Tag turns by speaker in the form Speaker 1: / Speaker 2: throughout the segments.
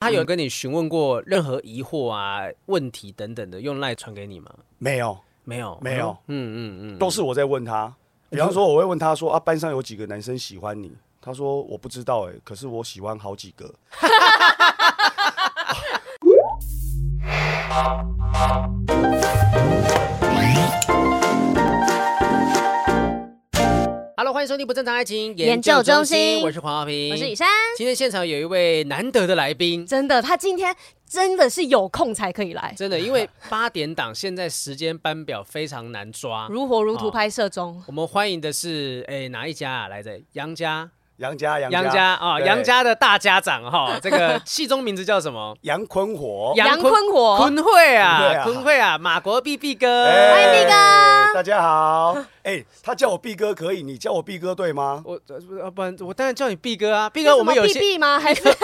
Speaker 1: 他有跟你询问过任何疑惑啊、问题等等的，用赖传给你吗？
Speaker 2: 没有，
Speaker 1: 没有，
Speaker 2: 没有
Speaker 1: 嗯嗯嗯，
Speaker 2: 都是我在问他。比方说，我会问他说啊，班上有几个男生喜欢你？他说我不知道哎、可是我喜欢好几个。
Speaker 1: Hello，欢迎收听不正常爱情
Speaker 3: 研究中心
Speaker 1: 我是黄浩平，
Speaker 3: 我是雨。珊，
Speaker 1: 今天现场有一位难得的来宾，
Speaker 3: 真的，他今天真的是有空才可以来，
Speaker 1: 真的，因为八点档现在时间班表非常难抓。
Speaker 3: 如火如荼拍摄中。
Speaker 1: 我们欢迎的是，哎，哪一家啊？来着，杨家，
Speaker 2: 杨家，杨
Speaker 1: 杨家啊，
Speaker 2: 对
Speaker 1: 杨家的大家长哈，这个戏中名字叫什么？
Speaker 2: 杨坤火，
Speaker 1: 杨
Speaker 3: 杨
Speaker 1: 坤
Speaker 3: 坤火，
Speaker 1: 坤会
Speaker 2: 坤会
Speaker 1: 啊，
Speaker 2: 啊
Speaker 1: 坤会啊，马国碧碧哥，
Speaker 2: 哎
Speaker 3: 迎毕哥
Speaker 2: 大家好。哎、他叫我毕哥可以，你叫我毕哥 对吗？
Speaker 1: 我呃不然我当然叫你毕哥啊，毕
Speaker 3: 这
Speaker 1: 哥，
Speaker 3: 什
Speaker 1: 我们
Speaker 3: 么
Speaker 1: 有
Speaker 3: B
Speaker 1: 些
Speaker 3: B 吗？还是 不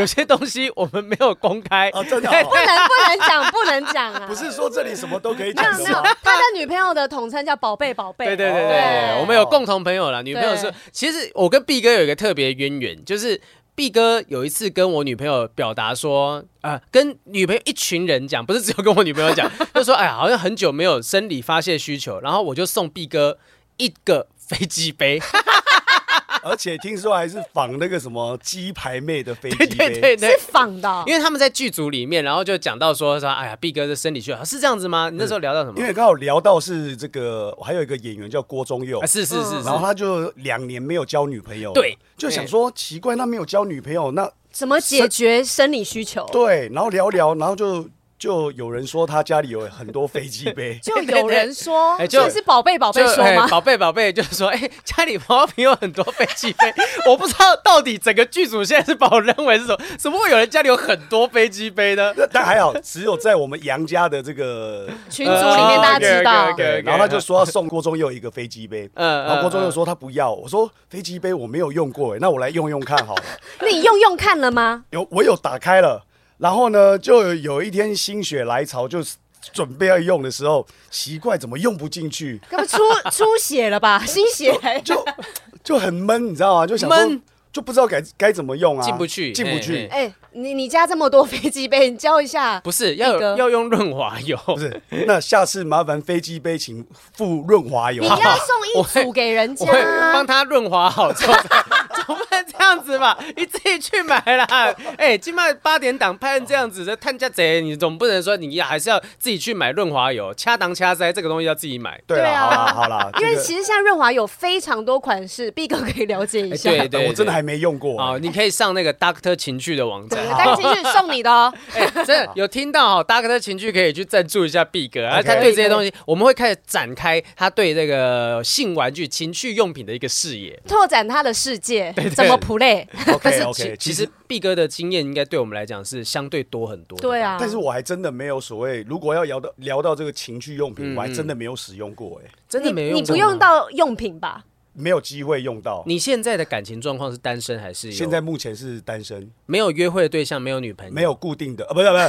Speaker 1: 有些东西我们没有公开，
Speaker 2: 哦，真 的哦、
Speaker 3: 能不能讲，不能讲啊？
Speaker 2: 不是说这里什么都可以
Speaker 3: 没有
Speaker 2: 讲
Speaker 3: 没
Speaker 2: 的
Speaker 3: 有
Speaker 2: 吗？，
Speaker 3: 他的女朋友的统称叫宝贝宝贝。
Speaker 1: 对对对对
Speaker 3: 对
Speaker 1: 对，我们有
Speaker 2: 哦
Speaker 1: 共同朋友啦，女朋友是
Speaker 3: 哦对，
Speaker 1: 其实我跟毕哥有一个特别渊源，就是。毕哥有一次跟我女朋友表达说，啊，跟女朋友一群人讲，不是只有跟我女朋友讲， 就说，哎呀，好像很久没有生理发泄需求，然后我就送毕哥一个飞机杯，
Speaker 2: 而且听说还是仿那个什么鸡排妹的飞机
Speaker 1: 对
Speaker 2: 杯。
Speaker 1: 对对对
Speaker 3: 是，仿的哦，
Speaker 1: 因为他们在剧组里面，然后就讲到说说，哎呀，毕哥的生理需求是这样子吗？你那时候聊到什么？
Speaker 2: 因为刚好聊到是这个，还有一个演员叫郭忠佑
Speaker 1: 啊，，是是
Speaker 3: 哦
Speaker 1: 是是
Speaker 2: 然，后他就两年没有交女朋友了，
Speaker 1: 对
Speaker 2: 就想说奇怪，他没有交女朋友，那
Speaker 3: 怎么解决生理需求？，
Speaker 2: 对，然后聊聊，然后就就有人说他家里有很多飞机杯
Speaker 3: 就有人说，
Speaker 1: 哎就
Speaker 3: 这是宝贝宝贝
Speaker 1: 就
Speaker 3: 说
Speaker 1: 哎
Speaker 3: 吗？
Speaker 1: 宝贝宝贝，就是说，哎，家里毛平有很多飞机杯，我不知道到底整个剧组现在是把我认为是什么？怎么会有人家里有很多飞机杯呢？
Speaker 2: 那但还好，只有在我们杨家的这个呃
Speaker 3: 群组里面大家知道，
Speaker 2: 对，然后他就说要送郭忠佑一个飞机杯，
Speaker 1: 嗯
Speaker 2: 然后郭忠佑说他不要，我说飞机杯我没有用过，哎，那我来用用看好了，
Speaker 3: 那你用用看了吗？
Speaker 2: 有我有打开了，然后呢，就有有一天心血来潮，就准备要用的时候，奇怪怎么用不进去，
Speaker 3: 根本出出血了吧？心血
Speaker 2: 就就很闷，你知道吗？就想说
Speaker 1: 闷
Speaker 2: 就不知道该该怎么用啊，
Speaker 1: 进不去
Speaker 2: 进不
Speaker 1: 嘿
Speaker 2: 去，
Speaker 3: 哎、你你家这么多飞机杯，你教一下。
Speaker 1: 不是要
Speaker 3: 毕哥
Speaker 1: 有要用润滑油，
Speaker 2: 不是？那下次麻烦飞机杯请附润滑油
Speaker 3: 你。
Speaker 1: 好
Speaker 3: 要送一组给人
Speaker 1: 我
Speaker 3: 家
Speaker 1: 会
Speaker 3: 啊，
Speaker 1: 帮他润滑好之后再。总不能这样子吧？你自己去买啦。哎、今麦八点档拍成这样子，这探家贼，你总不能说你还是要自己去买润滑油，掐当掐塞这个东西要自己买。
Speaker 2: 对
Speaker 3: 对
Speaker 2: 了，
Speaker 3: 啊
Speaker 2: 好啦好啦，
Speaker 3: 因为
Speaker 2: 这个
Speaker 3: 其实现在润滑有非常多款式， 毕哥可以了解一下。
Speaker 1: 哎对对
Speaker 2: 啊我真的还没用过。
Speaker 1: 哦，你可以上那个 Doctor 情趣的网站。
Speaker 3: 对但是其实送你的哦，
Speaker 1: 哎、真的有听到哈、哦、，Doctor 情趣可以去赞助一下毕哥，而
Speaker 2: OK
Speaker 1: 他对这些东西，我们会开始展开他对这个性玩具、情趣用品的一个视野。
Speaker 3: 拓展他的世界，怎么 play？
Speaker 2: OK
Speaker 1: 其
Speaker 2: OK，
Speaker 1: 其实毕哥的经验应该对我们来讲是相对多很多的吧。
Speaker 3: 对啊，
Speaker 2: 但是我还真的没有所谓，如果要聊到聊到这个情趣用品，
Speaker 1: 嗯
Speaker 2: 我还真的没有使用过，哎，
Speaker 1: 真的没有
Speaker 3: 你，
Speaker 1: 用
Speaker 3: 你不
Speaker 1: 过吗
Speaker 3: 用。到用品吧？
Speaker 2: 没有机会用到。
Speaker 1: 你现在的感情状况是单身还是有
Speaker 2: 现在目前是单身，
Speaker 1: 没有约会的对象，没有女朋友，
Speaker 2: 没有固定的，呃，不是不是，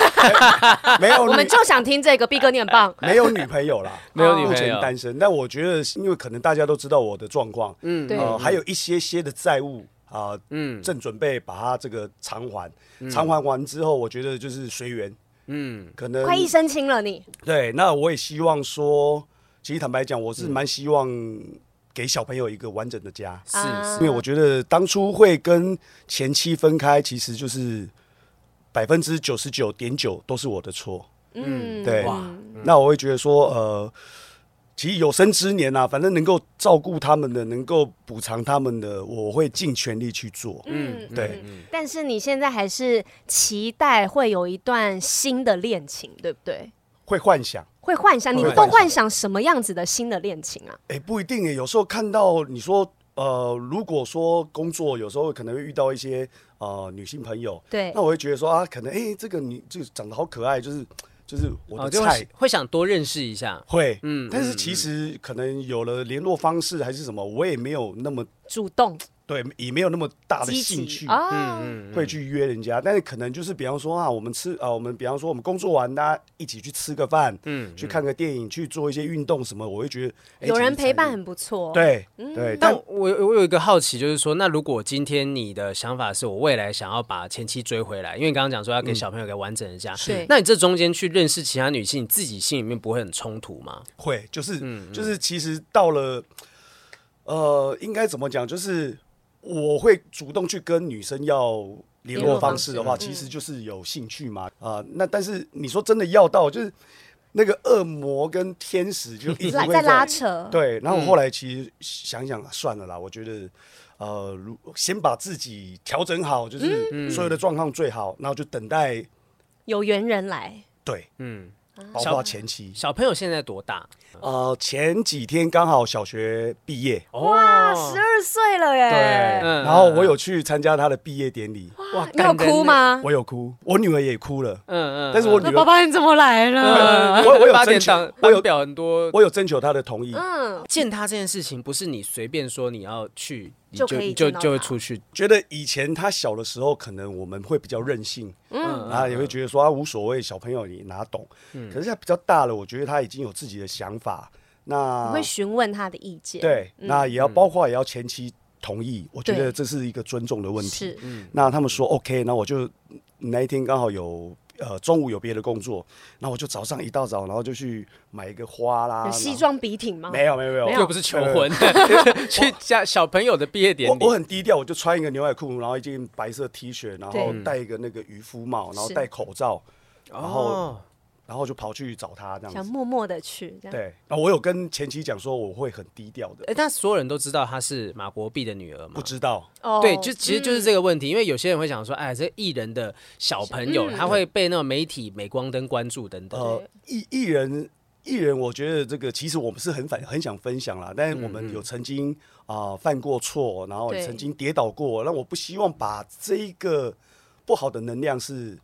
Speaker 2: 没有
Speaker 3: 我们
Speaker 2: 女。
Speaker 3: 就想听这个，毕哥你很棒
Speaker 2: 没有女朋友啦，
Speaker 1: 没有女
Speaker 2: 目
Speaker 1: 朋
Speaker 2: 前
Speaker 1: 友，
Speaker 2: 单身。但我觉得，因为可能大家都知道我的状况，
Speaker 1: 嗯
Speaker 3: 对
Speaker 2: 呃，还有一些些的债务啊、
Speaker 1: 嗯
Speaker 2: 正准备把它这个偿还。偿还完之后，我觉得就是随缘，
Speaker 1: 嗯，
Speaker 2: 可能
Speaker 3: 快一身轻了你，
Speaker 2: 对。那我也希望说，其实坦白讲，
Speaker 1: 嗯
Speaker 2: 我是蛮希望给小朋友一个完整的家，
Speaker 1: 是
Speaker 3: 啊
Speaker 1: 是
Speaker 2: 因为我觉得当初会跟前妻分开，其实就是百分之九十九点九都是我的错。
Speaker 3: 嗯，
Speaker 2: 对
Speaker 1: 哇，
Speaker 2: 那我会觉得说，呃，其实有生之年啊，反正能够照顾他们的，能够补偿他们的，我会尽全力去做。
Speaker 3: 嗯，
Speaker 2: 对
Speaker 3: 嗯。但是你现在还是期待会有一段新的恋情，对不对？
Speaker 2: 会幻想，
Speaker 3: 会幻想，你
Speaker 2: 会
Speaker 3: 都
Speaker 2: 幻想
Speaker 3: 幻想什么样子的新的恋情啊？
Speaker 2: 哎、不一定诶、有时候看到你说，呃，如果说工作，有时候可能会遇到一些呃女性朋友，
Speaker 3: 对
Speaker 2: 那我会觉得说啊，可能哎、这个你就长得好可爱，就是就是我
Speaker 1: 哦，
Speaker 2: 的
Speaker 1: 就
Speaker 2: 菜
Speaker 1: 会。会想多认识一下。
Speaker 2: 会，
Speaker 1: 嗯
Speaker 2: 嗯，但是其实可能有了联络方式还是什么，我也没有那么
Speaker 3: 主动、
Speaker 2: 对，也没有那么大的
Speaker 3: 积
Speaker 2: 兴
Speaker 3: 极
Speaker 2: 趣
Speaker 1: 嗯
Speaker 3: 啊，
Speaker 2: 会去约人家，但是可能就是比方说啊，我们吃啊，我们比方说我们工作完，大家一起去吃个饭，
Speaker 1: 嗯
Speaker 2: 嗯，去看个电影，去做一些运动什么，我会觉得、哎
Speaker 3: 有人
Speaker 2: 其实才
Speaker 3: 陪伴很不嗯错。，哦
Speaker 2: 对对，
Speaker 1: 但
Speaker 2: 但
Speaker 1: 我我有一个好奇，就是说，那如果今天你的想法是我未来想要把前妻追回来，因为你刚刚讲说
Speaker 2: 嗯
Speaker 1: 要给小朋友给完整的家，
Speaker 3: 是
Speaker 1: 那你这中间去认识其他女性，你自己心里面不会很冲突吗？
Speaker 2: 会就是、就是其实到了，呃，应该怎么讲？就是我会主动去跟女生要。联
Speaker 3: 联
Speaker 2: 络
Speaker 3: 络
Speaker 2: 方
Speaker 3: 方
Speaker 2: 式
Speaker 3: 式
Speaker 2: 的话，
Speaker 3: 嗯
Speaker 2: 其实就是有兴趣嘛，啊、那但是你说真的要到，就是那个恶魔跟天使 就一直
Speaker 3: 在
Speaker 2: 会
Speaker 3: 在拉扯，
Speaker 2: 对，然后后来其实想一想、啊算了啦，我觉得，呃，如先把自己调整好，
Speaker 3: 嗯
Speaker 2: 就是所有的状况最好，然后就等待
Speaker 3: 有缘人来，
Speaker 2: 对，
Speaker 1: 嗯，
Speaker 2: 包括前期。
Speaker 1: 小朋友现在多大？
Speaker 2: 呃，前几天刚好小学毕业，
Speaker 1: 哦
Speaker 3: 哇，十二岁了
Speaker 2: 哦对，
Speaker 3: 耶！
Speaker 1: 嗯
Speaker 2: 然后我有去参加他的毕业典礼，
Speaker 1: 哇
Speaker 3: 你有 哭？吗？
Speaker 2: 我有哭，我女儿也哭了，
Speaker 1: 嗯嗯，
Speaker 2: 但是我
Speaker 1: 嗯
Speaker 2: 女
Speaker 3: 那
Speaker 2: 儿
Speaker 3: 爸，爸你怎么 来了？
Speaker 1: 嗯
Speaker 2: 我我有
Speaker 1: 八点
Speaker 2: 争取
Speaker 1: 档，
Speaker 2: 我有
Speaker 1: 班表很多。
Speaker 2: 我有征求她的同意，
Speaker 3: 嗯，
Speaker 1: 见他这件事情，不是你随便说你要去，你
Speaker 3: 就可以
Speaker 1: 你就
Speaker 3: 见到
Speaker 1: 就会
Speaker 3: 他
Speaker 1: 出去。
Speaker 2: 觉得以前她小的时候，可能我们会比较任性，
Speaker 1: 嗯
Speaker 2: 啊，也会觉得说啊无所谓，小朋友你哪懂？
Speaker 3: 嗯
Speaker 2: 可是他比较大了，我觉得他已经有自己的想法。
Speaker 3: 你
Speaker 2: 那
Speaker 3: 会嗯询问他的意见，
Speaker 2: 对，那也要包括也要前期同意，我觉得这是一个尊重的问题。
Speaker 3: 是
Speaker 1: 嗯
Speaker 2: 那他们说 OK，那我就那一天刚好有呃中午有别的工作，那我就早上一大早，然后就去买一个花啦
Speaker 3: 有，西
Speaker 2: 然后
Speaker 3: 装笔挺吗？
Speaker 2: 没有没有没有，
Speaker 1: 又不是求
Speaker 2: 对
Speaker 1: 婚， 去加小朋友的毕业典
Speaker 2: 我
Speaker 1: 礼。
Speaker 2: 我很低调，我就穿一个牛仔裤，然后一件白色 T 恤，然后
Speaker 3: 对
Speaker 2: 戴一个那个渔夫帽，然后
Speaker 3: 是
Speaker 2: 戴口罩，然后
Speaker 1: 哦，
Speaker 2: 然后就跑去找他这样子
Speaker 3: 想。默默的去，这样呃
Speaker 2: 对，然后我有跟前妻讲说我会很低调的，
Speaker 1: 哎，但所有人都知道她是马国碧的女儿
Speaker 2: 不
Speaker 1: 吗？
Speaker 2: 知道，
Speaker 3: 哦
Speaker 1: 对，就其实就是这个问题，因为有些人会想说，哎，这艺人的小
Speaker 3: 嗯
Speaker 1: 朋友，他会被那种媒体镁光灯关注等等。
Speaker 2: 呃，艺艺人艺人，我觉得这个其实我们是很反很想分享啦，但是我们有曾经啊、犯过错，然后也
Speaker 3: 对
Speaker 2: 曾经跌倒过，那我不希望把这一个不好的能量是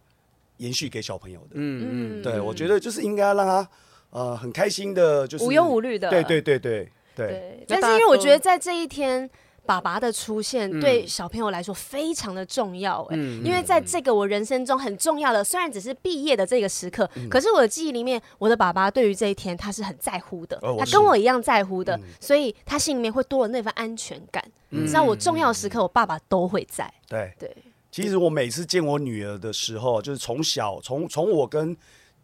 Speaker 2: 延续给小朋友的，
Speaker 1: 嗯嗯，
Speaker 2: 对我觉得就是应该让他呃很开心的，就是
Speaker 3: 无忧无虑的，
Speaker 2: 对对对对对，
Speaker 3: 对。
Speaker 1: 那
Speaker 3: 但
Speaker 1: 大
Speaker 3: 是
Speaker 1: 家
Speaker 3: 因为我
Speaker 1: 都
Speaker 3: 觉得在这一天。爸爸的出现对小朋友来说非常的重要、哎、因为在这个我人生中很重要的，虽然只是毕业的这个时刻，可是我的记忆里面，我的爸爸对于这一天他是很在乎的，
Speaker 2: 哦我
Speaker 3: 他
Speaker 2: 是
Speaker 3: 跟我一样在乎的，所以他心里面会多了那份安全感，知道我重要的时刻，我爸爸都会在。
Speaker 2: 对。
Speaker 3: 对，
Speaker 2: 其实我每次见我女儿的时候，就是从小从从我跟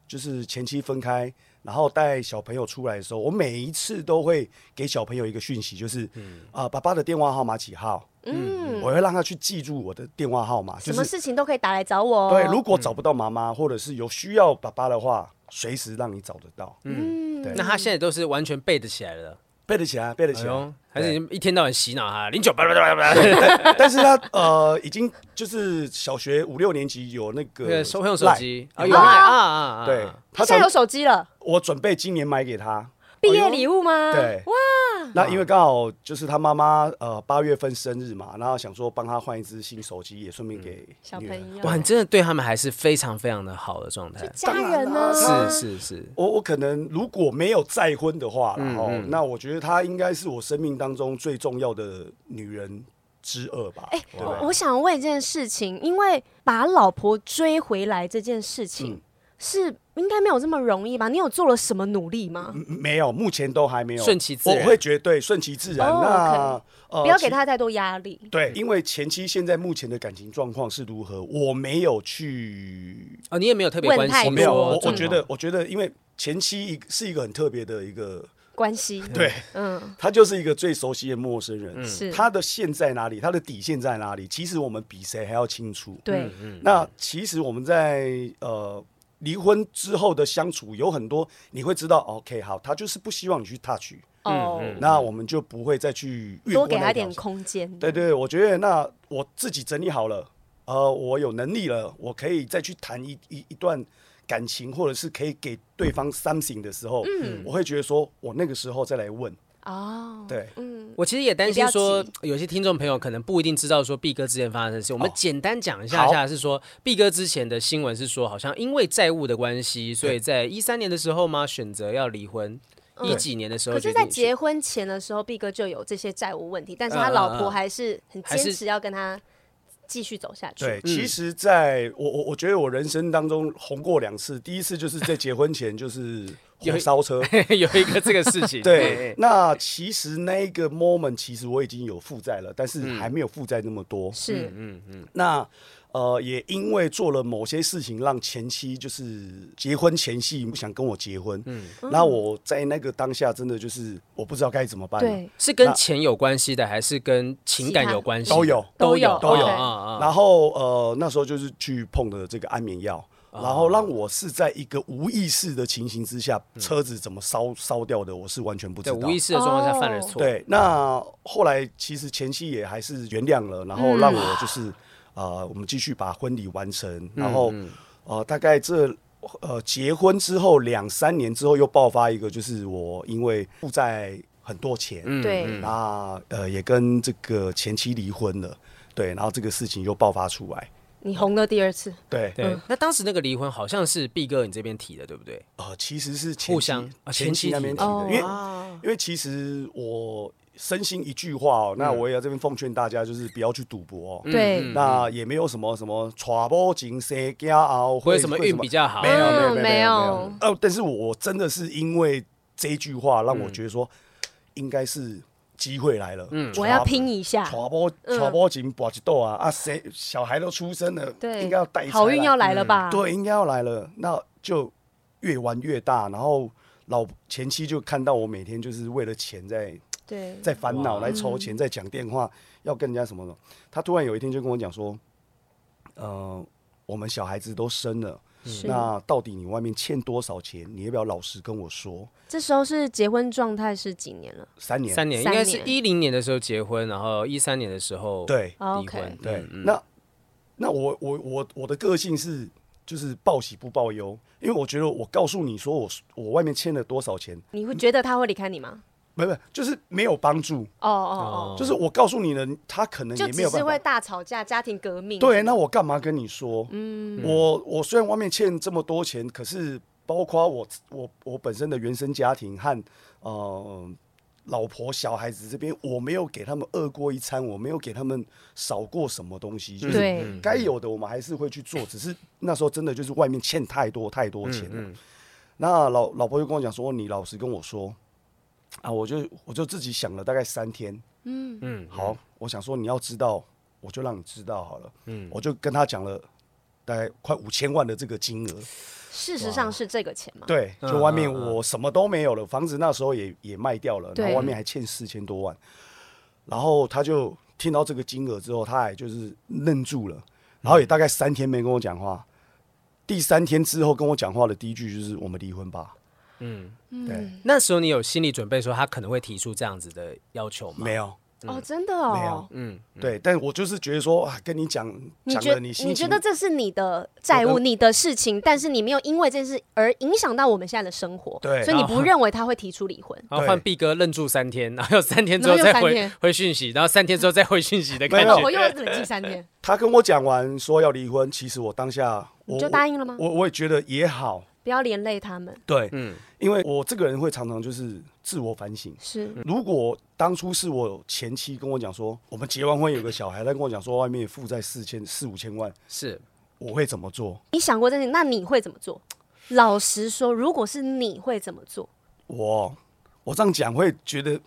Speaker 2: 就是前妻分开，然后带小朋友出来的时候，我每一次都会给小朋友一个讯息，就是啊、
Speaker 1: 嗯
Speaker 2: 爸爸的电话号码几号，
Speaker 3: 嗯，
Speaker 2: 我会让他去记住我的电话号码，就
Speaker 3: 什么
Speaker 2: 是
Speaker 3: 事情都可以打来找我、哦。
Speaker 2: 对，如果找不到妈妈，或者是有需要爸爸的话，随时让你找得到，
Speaker 3: 嗯，
Speaker 2: 对
Speaker 1: 那她现在都是完全背得起来了。
Speaker 2: 背得起来，背得
Speaker 1: 哎
Speaker 2: 起来。
Speaker 1: 呦，还是已经一天到晚洗脑她，零九八八八八，
Speaker 2: 但是他呃，已经就是小学五六年级有那
Speaker 1: 对，
Speaker 2: 个
Speaker 1: 手会用手
Speaker 2: Line，
Speaker 1: 机啊，有爱啊啊啊！
Speaker 2: 对
Speaker 3: 他
Speaker 2: 他才
Speaker 3: 现在有手机了，
Speaker 2: 我准备今年买给他。
Speaker 3: 毕业礼物吗？
Speaker 2: 对，哇！
Speaker 3: 嗯
Speaker 2: 那
Speaker 1: 嗯
Speaker 2: 因为刚好就是他妈妈呃八月份生日嘛，然后想说帮他换一只新手机，也
Speaker 1: 嗯
Speaker 2: 顺便给
Speaker 3: 小
Speaker 2: 女
Speaker 3: 朋
Speaker 2: 儿。
Speaker 3: 友，
Speaker 1: 哇，你真的对他们还是非常非常的好的状态。
Speaker 3: 家人呢、
Speaker 1: 是是是，
Speaker 2: 我我可能如果没有再婚的话，
Speaker 1: 嗯
Speaker 2: 然后、那我觉得她应该是我生命当中最重要的女人之二吧。
Speaker 3: 哎、
Speaker 2: 对不
Speaker 3: 我
Speaker 2: 对？
Speaker 3: 我想问一件事情，因为把老婆追回来这件事情、
Speaker 2: 嗯
Speaker 3: 是应该没有这么容易吧？你有做了什么努力吗？
Speaker 2: 嗯没有，目前都还没有
Speaker 1: 顺其自然
Speaker 2: 我会觉得对顺其自然。
Speaker 3: 哦
Speaker 2: 那、呃
Speaker 3: 不要给她太多压力。
Speaker 2: 对，因为前妻现在目前的感情状况是如何，我没有去
Speaker 1: 哦，你也没有特别
Speaker 3: 问
Speaker 1: 关心
Speaker 3: 太
Speaker 1: 说，
Speaker 2: 我没有，我
Speaker 3: 多
Speaker 1: 嗯
Speaker 2: 我觉得，我觉得，因为前妻一个是一个很特别的一个，
Speaker 3: 关系，
Speaker 2: 对
Speaker 3: 嗯，
Speaker 2: 他就是一个最熟悉的陌生人，
Speaker 3: 是
Speaker 2: 他的线在哪里，他的底线在
Speaker 3: 嗯
Speaker 2: 哪里？其实我们比谁还要清楚。
Speaker 3: 对，
Speaker 2: 那其实我们在呃离婚之后的相处有很多，你会知道，OK，好，他就是不希望你去 touch，
Speaker 3: 哦，
Speaker 2: 那我们就不会再去嗯越
Speaker 3: 多
Speaker 2: 过
Speaker 3: 给
Speaker 2: 那
Speaker 3: 他
Speaker 2: 条
Speaker 3: 点
Speaker 2: 线
Speaker 3: 空间。
Speaker 2: 对对，我觉得那我自己整理好了，呃，我有能力了，我可以再去谈一一一段感情，或者是可以给对方 something 的时候，
Speaker 3: 嗯
Speaker 2: 我会觉得说我那个时候再来问，
Speaker 3: 哦，
Speaker 2: 对，
Speaker 1: 我其实也担心
Speaker 3: 也
Speaker 1: 说
Speaker 3: 不要，
Speaker 1: 有些听众朋友可能不一定知道说毕哥之前发生的事。我们
Speaker 2: 哦
Speaker 1: 简单讲一下
Speaker 2: 好
Speaker 1: 下，是说毕哥之前的新闻是说，好像因为债务的关系，所以在一三年的时候嘛，选择要离婚。一几年的时候
Speaker 3: 可是，
Speaker 1: 决定选，
Speaker 3: 在结婚前的时候，毕哥就有这些债务问题，但是他
Speaker 1: 嗯嗯
Speaker 3: 老婆
Speaker 1: 嗯
Speaker 3: 还是很
Speaker 1: 还
Speaker 3: 坚
Speaker 1: 是
Speaker 3: 持要跟他继续走下去。
Speaker 2: 对，其实在我我我觉得我人生当中红过两次，第一次就是在结婚前就是
Speaker 1: 有哎
Speaker 2: 火烧车，
Speaker 1: 有一个这个事 情，
Speaker 2: 对，，那其实那一个 moment 其实我已经有负债了，但是还没有负债那么多，
Speaker 3: 是，
Speaker 2: 嗯那呃，也因为做了某些事情，让前妻就是结婚前夕不想跟我结婚。嗯，那我在那个当下真的就是我不知道该怎么办。
Speaker 3: 对，
Speaker 1: 是跟
Speaker 2: 那
Speaker 1: 钱有关系的，还是跟情感
Speaker 3: 其他
Speaker 1: 有关系的？
Speaker 2: 都有
Speaker 3: 都有
Speaker 2: 都有
Speaker 1: 啊啊啊！
Speaker 2: 然后呃，那时候就是去碰的这个安眠药，
Speaker 1: 啊
Speaker 2: 然后让我是在一个无意识的情形之下，车子怎么烧烧掉的，我是完全不知
Speaker 1: 在
Speaker 2: 道。
Speaker 1: 嗯无意识的状况下犯了错，，
Speaker 3: 嗯
Speaker 2: 对，那后来其实前妻也还是原谅了，然后让我
Speaker 1: 嗯
Speaker 2: 就是啊、呃我们继续把婚礼完成，然后
Speaker 1: 嗯
Speaker 2: 呃，大概这呃结婚之后两三年之后又爆发一个，就是我因为负债很多钱，
Speaker 1: 嗯
Speaker 3: 对，
Speaker 2: 那呃也跟这个前妻离婚了，对，然后这个事情又爆发出来，
Speaker 3: 你红了第二次，
Speaker 2: 对，
Speaker 1: 对，那当时那个离婚好像是毕哥你这边提的，对不对？
Speaker 2: 呃，其实是前
Speaker 1: 互
Speaker 2: 妻
Speaker 1: 相啊前
Speaker 2: 前
Speaker 1: 妻
Speaker 2: 妻那
Speaker 1: 提
Speaker 2: 边
Speaker 1: 的
Speaker 2: 提
Speaker 3: 哦
Speaker 2: 的，因为因为其实我深信一句话哦，
Speaker 1: 嗯
Speaker 2: 那我也要这边奉劝大家，就是不要去赌博哦。
Speaker 3: 对，
Speaker 1: 嗯
Speaker 2: 那也没有什么什么 trouble 金谁家熬，
Speaker 1: 或
Speaker 2: 会
Speaker 1: 者什么运比较好
Speaker 2: 没有没有
Speaker 3: 嗯
Speaker 2: 没有
Speaker 3: 没
Speaker 2: 没
Speaker 3: 有
Speaker 2: 有。哦，但是我真的是因为这一句话，让
Speaker 1: 嗯
Speaker 2: 我觉得说应该是机会来了，嗯
Speaker 3: 我要拼一下，
Speaker 2: trouble
Speaker 3: 嗯
Speaker 2: trouble 金搏一斗啊啊，谁小孩都出生了，
Speaker 3: 对，
Speaker 2: 应该要带财
Speaker 3: 好运要来了
Speaker 1: 啊
Speaker 3: 吧？
Speaker 2: 对，应该要来了，那就越玩越大，然后老前妻就看到我每天就是为了钱在
Speaker 3: 对，
Speaker 2: 在烦恼，来筹钱，在讲电话，要跟人家什么的。他突然有一天就跟我讲说，呃，我们小孩子都生了，
Speaker 3: 是
Speaker 2: 那到底你外面欠多少钱？你要不要老实跟我说？
Speaker 3: 这时候是结婚状态是几年了？
Speaker 2: 三年，
Speaker 1: 三年，应
Speaker 3: 三
Speaker 1: 该是
Speaker 3: 年
Speaker 1: 一零年的时候结婚，然后一三年的时候
Speaker 2: 对
Speaker 4: 哦
Speaker 1: 离
Speaker 3: OK
Speaker 1: 婚，
Speaker 2: 对
Speaker 1: 嗯，嗯
Speaker 2: 那那我我我我的个性是就是报喜不报忧，因为我觉得我告诉你说我我外面欠了多少钱，
Speaker 3: 你会觉得他会离开你吗？
Speaker 2: 没有没有，就是没有帮助，
Speaker 3: 哦哦
Speaker 2: 就是我告诉你了，他可能
Speaker 3: 哦，
Speaker 2: 也没
Speaker 3: 就只
Speaker 2: 有
Speaker 3: 是
Speaker 2: 办
Speaker 3: 会
Speaker 2: 法。
Speaker 3: 大吵架、家庭革命。
Speaker 2: 对，那我干嘛跟你说？嗯，我我虽然外面欠这么多钱，可是包括我我我本身的原生家庭和呃老婆小孩子这边，我没有给他们饿过一餐，我没有给他们少过什么东西，就是
Speaker 3: 对
Speaker 2: 该有的我们还是会去做，只是那时候真的就是外面欠太多太多钱了。那老老婆就跟我讲说，你老实跟我说啊，我就我就自己想了大概三天，嗯嗯，好，我想说你要知道，我就让你知道好了，嗯，我就跟他讲了大概快五千万的这个金额，
Speaker 3: 事实上是这个钱嘛？嗯
Speaker 2: 对，就外面我什么都没有了，房子那时候也也卖掉了，
Speaker 3: 对
Speaker 2: 然后外面还欠四千多万，然后他就听到这个金额之后，他还就是愣住了，然后也大概三天没跟我讲话。第三天之后跟我讲话的第一句就是“我们离婚吧”，嗯，对，
Speaker 1: 那时候你有心理准备说他可能会提出这样子的要求吗？嗯
Speaker 2: 没有，
Speaker 3: 哦，真的
Speaker 2: 没
Speaker 3: 哦
Speaker 2: 有。对，但我就是觉得说啊，跟你讲
Speaker 3: 你
Speaker 2: 讲
Speaker 3: 觉
Speaker 2: 了，你心
Speaker 3: 你觉
Speaker 2: 情
Speaker 3: 得这是你的债
Speaker 2: 我
Speaker 3: 务、
Speaker 2: 跟
Speaker 3: 你的事情，但是你没有因为这件事而影响到我们现在的生活，
Speaker 2: 对
Speaker 3: 所以你不认为他会提出离婚？
Speaker 1: 然后
Speaker 2: 对
Speaker 1: 换毕哥愣住三天，然后有三天之后
Speaker 4: 然后又
Speaker 1: 再
Speaker 4: 三
Speaker 1: 回
Speaker 4: 天
Speaker 1: 回讯息，然后三天之后再回讯息的感
Speaker 2: 没有
Speaker 1: 觉
Speaker 4: 我。又冷静三天，
Speaker 2: 他跟我讲完说要离婚，其实我当下我
Speaker 3: 你就答应了吗
Speaker 2: 我我也觉得也好，
Speaker 3: 不要连累他们，
Speaker 2: 对，嗯，因为我这个人会常常就是自我反省。
Speaker 3: 是
Speaker 1: 嗯
Speaker 2: 如果当初是我前妻跟我讲说，我们结完婚有个小孩，他跟我讲说外面负债四千四五千万，
Speaker 1: 是，
Speaker 2: 我会怎么做？
Speaker 3: 你想过这件事，那你会怎么做？老实说，如果是你会怎么做？
Speaker 2: 我我这样讲会觉得，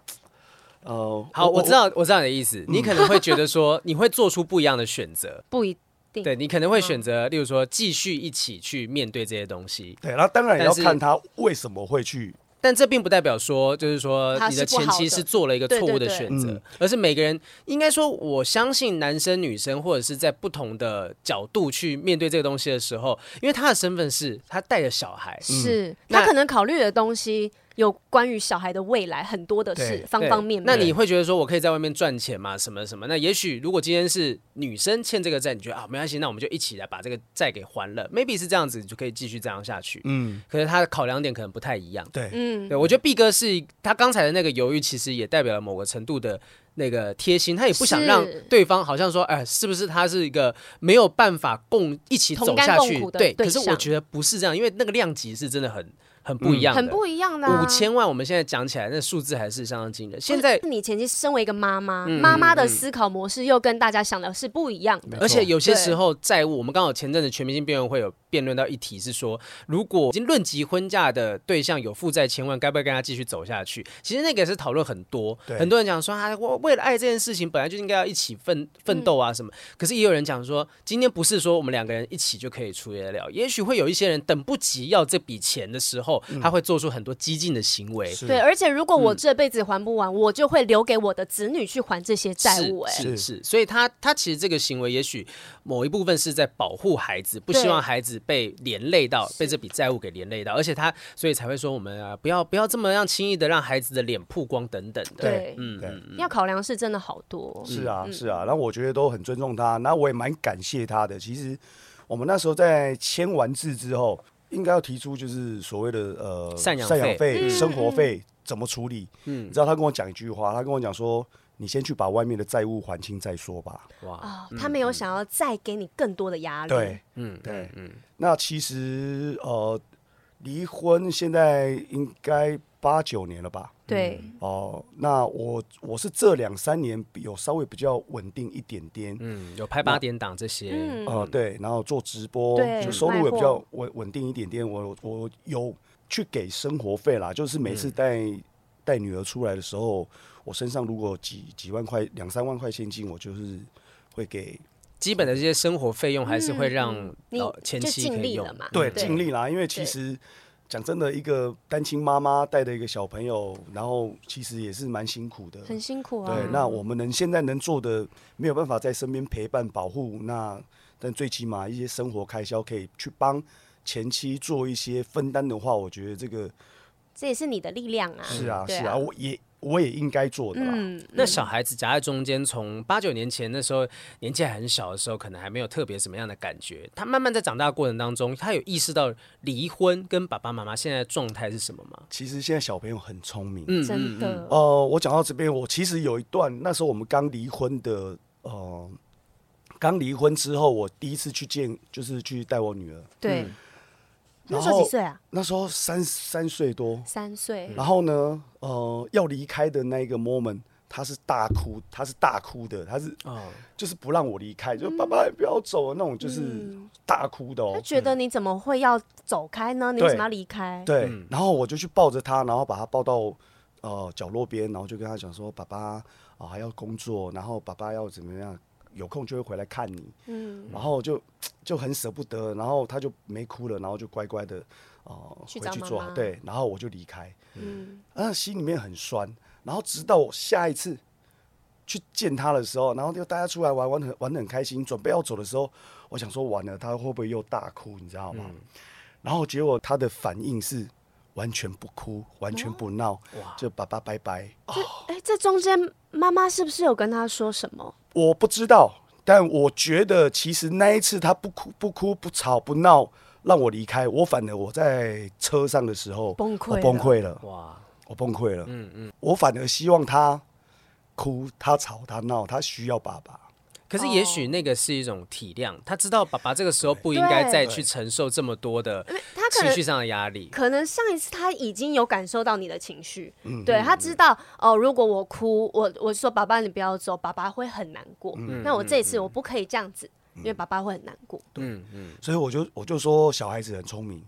Speaker 2: 呃，
Speaker 1: 好，我知道，我知道你的意
Speaker 2: 嗯
Speaker 1: 思。你可能会觉得说，你会做出不一样的选 择，
Speaker 3: 不一定，
Speaker 1: 对你嗯可能会选择，例如说继续一起去面对这些东西。
Speaker 2: 对，那当然也要
Speaker 1: 但是
Speaker 2: 看他为什么会去
Speaker 1: 但这并不代表说，就是说
Speaker 3: 他
Speaker 1: 你
Speaker 3: 是
Speaker 1: 的
Speaker 3: 不
Speaker 1: 前
Speaker 3: 好
Speaker 1: 妻
Speaker 3: 的
Speaker 1: 是做了一个
Speaker 3: 对
Speaker 1: 错误的
Speaker 3: 对对
Speaker 1: 选择
Speaker 2: 嗯，
Speaker 1: 而是每个人应该说，我相信男生女生或者是在不同的角度去面对这个东西的时候，因为他的身份是他带着小孩，
Speaker 3: 是
Speaker 1: 那
Speaker 3: 他可能考虑的东西有关于小孩的未来很多的
Speaker 2: 对
Speaker 3: 事，方方面面。
Speaker 1: 那你会觉得说我可以在外面赚钱嘛？什么什么？那也许如果今天是女生欠这个债，你觉得啊没关系，那我们就一起来把这个债给还了，maybe 是这样子，你就可以继续这样下去。
Speaker 2: 嗯，
Speaker 1: 可是他的考量点可能不太一样。
Speaker 2: 对，
Speaker 3: 嗯，
Speaker 1: 对，我觉得 B 哥是他刚才的那个犹豫，其实也代表了某个程度的那个贴心，他也不想
Speaker 3: 是
Speaker 1: 让对方好像说，哎、是不是他是一个没有办法共一起走
Speaker 3: 同甘
Speaker 1: 下
Speaker 3: 共
Speaker 1: 去？
Speaker 3: 苦的
Speaker 1: 对，
Speaker 3: 对
Speaker 1: 可是我
Speaker 3: 象
Speaker 1: 觉得不是这样，因为那个量级是真的很很不一样的，
Speaker 3: 很不一样的、啊。
Speaker 1: 五千万，我们现在讲起来，那数字还是相当惊人。现在
Speaker 3: 不是你前期身为一个妈妈，
Speaker 1: 嗯
Speaker 3: 妈妈
Speaker 1: 嗯
Speaker 3: 的
Speaker 1: 嗯
Speaker 3: 思考模式又跟大家想的是不一样的。
Speaker 1: 而且有些
Speaker 3: 对
Speaker 1: 时候债务，我们刚好前阵子全明星辩论会有辩论到一题是说，如果已经论及婚嫁的对象有负债千万，该不该跟他继续走下去？其实那个也是讨论很多，
Speaker 2: 对
Speaker 1: 很多人讲说啊，我为了爱这件事情本来就应该要一起奋奋斗啊什么。可是也有人讲说，今天不是说我们两个人一起就可以处理得了，也许会有一些人等不及要这笔钱的时候，他会做出很多激进的行为。
Speaker 2: 是
Speaker 3: 对，而且如果我这辈子还不完，我就会留给我的子女去还这些债务、哎，
Speaker 1: 是
Speaker 2: 是
Speaker 1: 是，所以他他其实这个行为，也许某一部分是在保护孩子，不希
Speaker 3: 对
Speaker 1: 望孩子被连累到，被这笔债务给连累到，而且他所以才会说我们啊，不要不要这么样轻易的让孩子的脸曝光等等的。
Speaker 3: 对
Speaker 2: 对，
Speaker 1: 嗯
Speaker 2: 对
Speaker 1: 嗯，
Speaker 3: 要考量是真的好多。
Speaker 2: 是啊，是啊，那我觉得都很尊重他，那我也蛮感谢他的。其实我们那时候在签完字之后，应该要提出就是所谓的呃
Speaker 1: 赡养费
Speaker 2: 赡
Speaker 1: 嗯
Speaker 2: 养费、
Speaker 3: 嗯
Speaker 2: 生活费怎么处理。你知道他跟我讲一句话，他跟我讲说：“你先去把外面的债务还清再说吧。
Speaker 1: 哇，
Speaker 3: 啊、他没有想要再给你更多的压”力。
Speaker 2: 对，
Speaker 1: 嗯，
Speaker 2: 对
Speaker 1: 嗯，
Speaker 2: 那其实呃，离婚现在应该八九年了吧？
Speaker 3: 对
Speaker 1: 嗯
Speaker 2: 哦，那我我是这两三年有稍微比较稳定一点点，
Speaker 1: 嗯，有拍八点档这些，
Speaker 3: 嗯
Speaker 2: 呃，对，然后做直播，
Speaker 3: 对
Speaker 2: 就收入
Speaker 3: 卖
Speaker 2: 也比较
Speaker 3: 货
Speaker 2: 稳稳定一点点。我我有去给生活费啦，就是每次带带、女儿出来的时候，我身上如果几几万块、两三万块现金，我就是会给，
Speaker 1: 基本的这些生活费用还是会
Speaker 3: 嗯
Speaker 1: 让
Speaker 3: 你
Speaker 1: 老前
Speaker 3: 就
Speaker 1: 妻
Speaker 3: 尽
Speaker 1: 可以
Speaker 3: 力
Speaker 1: 用
Speaker 3: 了嘛
Speaker 2: 对，
Speaker 3: 对
Speaker 2: 尽力啦。因为其
Speaker 3: 对
Speaker 2: 实讲真的，一个单亲妈妈带着一个小朋友，然后其实也是蛮辛苦的。
Speaker 3: 很辛苦啊。
Speaker 2: 对，那我们能现在能做的，没有办法在身边陪伴保护，那但最起码一些生活开销可以去帮前妻做一些分担的话，我觉得这个
Speaker 3: 这也是你的力量啊。
Speaker 2: 是啊
Speaker 3: 对
Speaker 2: 是啊，我也我也应该做的啦。
Speaker 3: 嗯，
Speaker 1: 那小孩子夹在中间，从八九年前那时候年纪还很小的时候，可能还没有特别什么样的感觉。他慢慢在长大的过程当中，他有意识到离婚跟爸爸妈妈现在的状态是什么吗？
Speaker 2: 其实现在小朋友很聪明。
Speaker 1: 嗯
Speaker 3: 真的，
Speaker 2: 呃，我讲到这边，我其实有一段那时候我们刚离婚的，呃，刚离婚之后，我第一次去见，就是去带我女儿，
Speaker 3: 对。那
Speaker 2: 然
Speaker 3: 时候
Speaker 2: 后
Speaker 3: 几岁啊？
Speaker 2: 那时候三三岁多，
Speaker 3: 三岁。
Speaker 2: 然后呢，呃，要离开的那一个 moment，他是大哭，他是大哭的，他是
Speaker 1: 哦，
Speaker 2: 就是不让我离开，就爸爸不要走啊那种，就是大哭的
Speaker 3: 嗯他
Speaker 2: 哦。
Speaker 3: 觉得你怎么会要走开呢？你为什么要离开？
Speaker 2: 对，然后我就去抱着他，然后把他抱到呃角落边，然后就跟他讲说，爸爸啊、还要工作，然后爸爸要怎么样，有空就会回来看你。
Speaker 3: 嗯，
Speaker 2: 然后就就很舍不得，然后他就没哭了，然后就乖乖的哦、呃
Speaker 3: 去
Speaker 2: 回
Speaker 3: 找
Speaker 2: 去
Speaker 3: 妈
Speaker 2: 做
Speaker 3: 妈
Speaker 2: 好，对，然后我就离开，
Speaker 3: 嗯
Speaker 2: 嗯，啊，心里面很酸，然后直到我下一次去见他的时候，然后就大家出来玩玩得很玩的很开心，准备要走的时候，我想说完了，他会不会又大哭，你知道
Speaker 3: 嗯
Speaker 2: 吗？然后结果他的反应是完全不哭，完全
Speaker 3: 哦
Speaker 2: 不闹，就爸爸拜拜，
Speaker 3: 哎，这中间妈妈是不是有跟他说什么？
Speaker 2: 我不知道，但我觉得其实那一次他不哭、不哭、不吵、不闹，让我离开。我反而我在车上的时候
Speaker 3: 崩溃
Speaker 2: 我崩
Speaker 3: 了
Speaker 2: 溃了，
Speaker 1: 哇，
Speaker 2: 我崩溃了。嗯嗯，我反而希望他哭、他吵、他闹，他需要爸爸。
Speaker 1: 可是也许那个是一种体谅，他知道爸爸这个时候不应
Speaker 3: 哦对
Speaker 1: 该再去承受这么多的
Speaker 3: 他可
Speaker 1: 情
Speaker 3: 能
Speaker 1: 绪上的压力。
Speaker 3: 可能上一次他已经有感受到你的情绪，
Speaker 2: 嗯
Speaker 3: 对他知道哦，如果我哭，我我说爸爸你不要走，爸爸会很难过。
Speaker 2: 嗯
Speaker 3: 那我这一次我不可以这样子，因为爸爸会很难过。
Speaker 1: 嗯嗯，
Speaker 2: 所以我就我就说小孩子很聪明。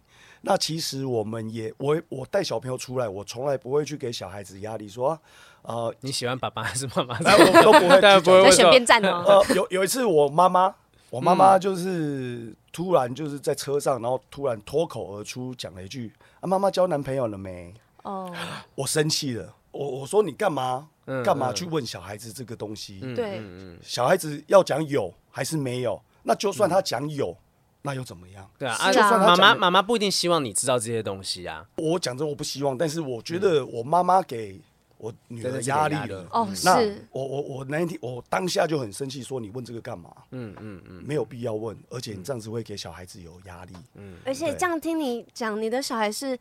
Speaker 2: 那其实我们也我我带小朋友出来，我从来不会去给小孩子压力，说啊呃，
Speaker 1: 你喜欢爸爸还是妈妈？
Speaker 2: 哎我都 不会去
Speaker 1: 当然
Speaker 2: 讲
Speaker 1: 不会
Speaker 3: 在
Speaker 1: 为什
Speaker 3: 选
Speaker 1: 么
Speaker 3: 边站哦，
Speaker 2: 呃，有有一次我妈妈，我妈
Speaker 1: 嗯
Speaker 2: 妈就是突然就是在车上，然后突然脱口而出讲了一句：“啊，妈妈交男朋友了没？”
Speaker 3: 哦，
Speaker 2: 我生气了，我我说你干嘛
Speaker 1: 嗯
Speaker 2: 干嘛
Speaker 1: 嗯
Speaker 2: 去问小孩子这个东西？
Speaker 1: 嗯
Speaker 3: 对
Speaker 1: 嗯嗯
Speaker 2: 小孩子要讲有还是没有？那就算他讲有，那又怎么样？
Speaker 1: 对啊，
Speaker 3: 是啊
Speaker 1: 啊，妈妈妈妈不一定希望你知道这些东西啊，
Speaker 2: 我讲真，我不希望，但是我觉得我妈妈给我女儿压力
Speaker 1: 嗯真的是给压力
Speaker 2: 了。
Speaker 3: 哦，
Speaker 2: 那
Speaker 3: 是，
Speaker 2: 我我我那一天我当下就很生气，说你问这个干嘛？
Speaker 1: 嗯嗯嗯，
Speaker 2: 没有必要问，而且你这样子会给小孩子有压力。
Speaker 1: 嗯
Speaker 3: 而且这样听你讲，你的小孩是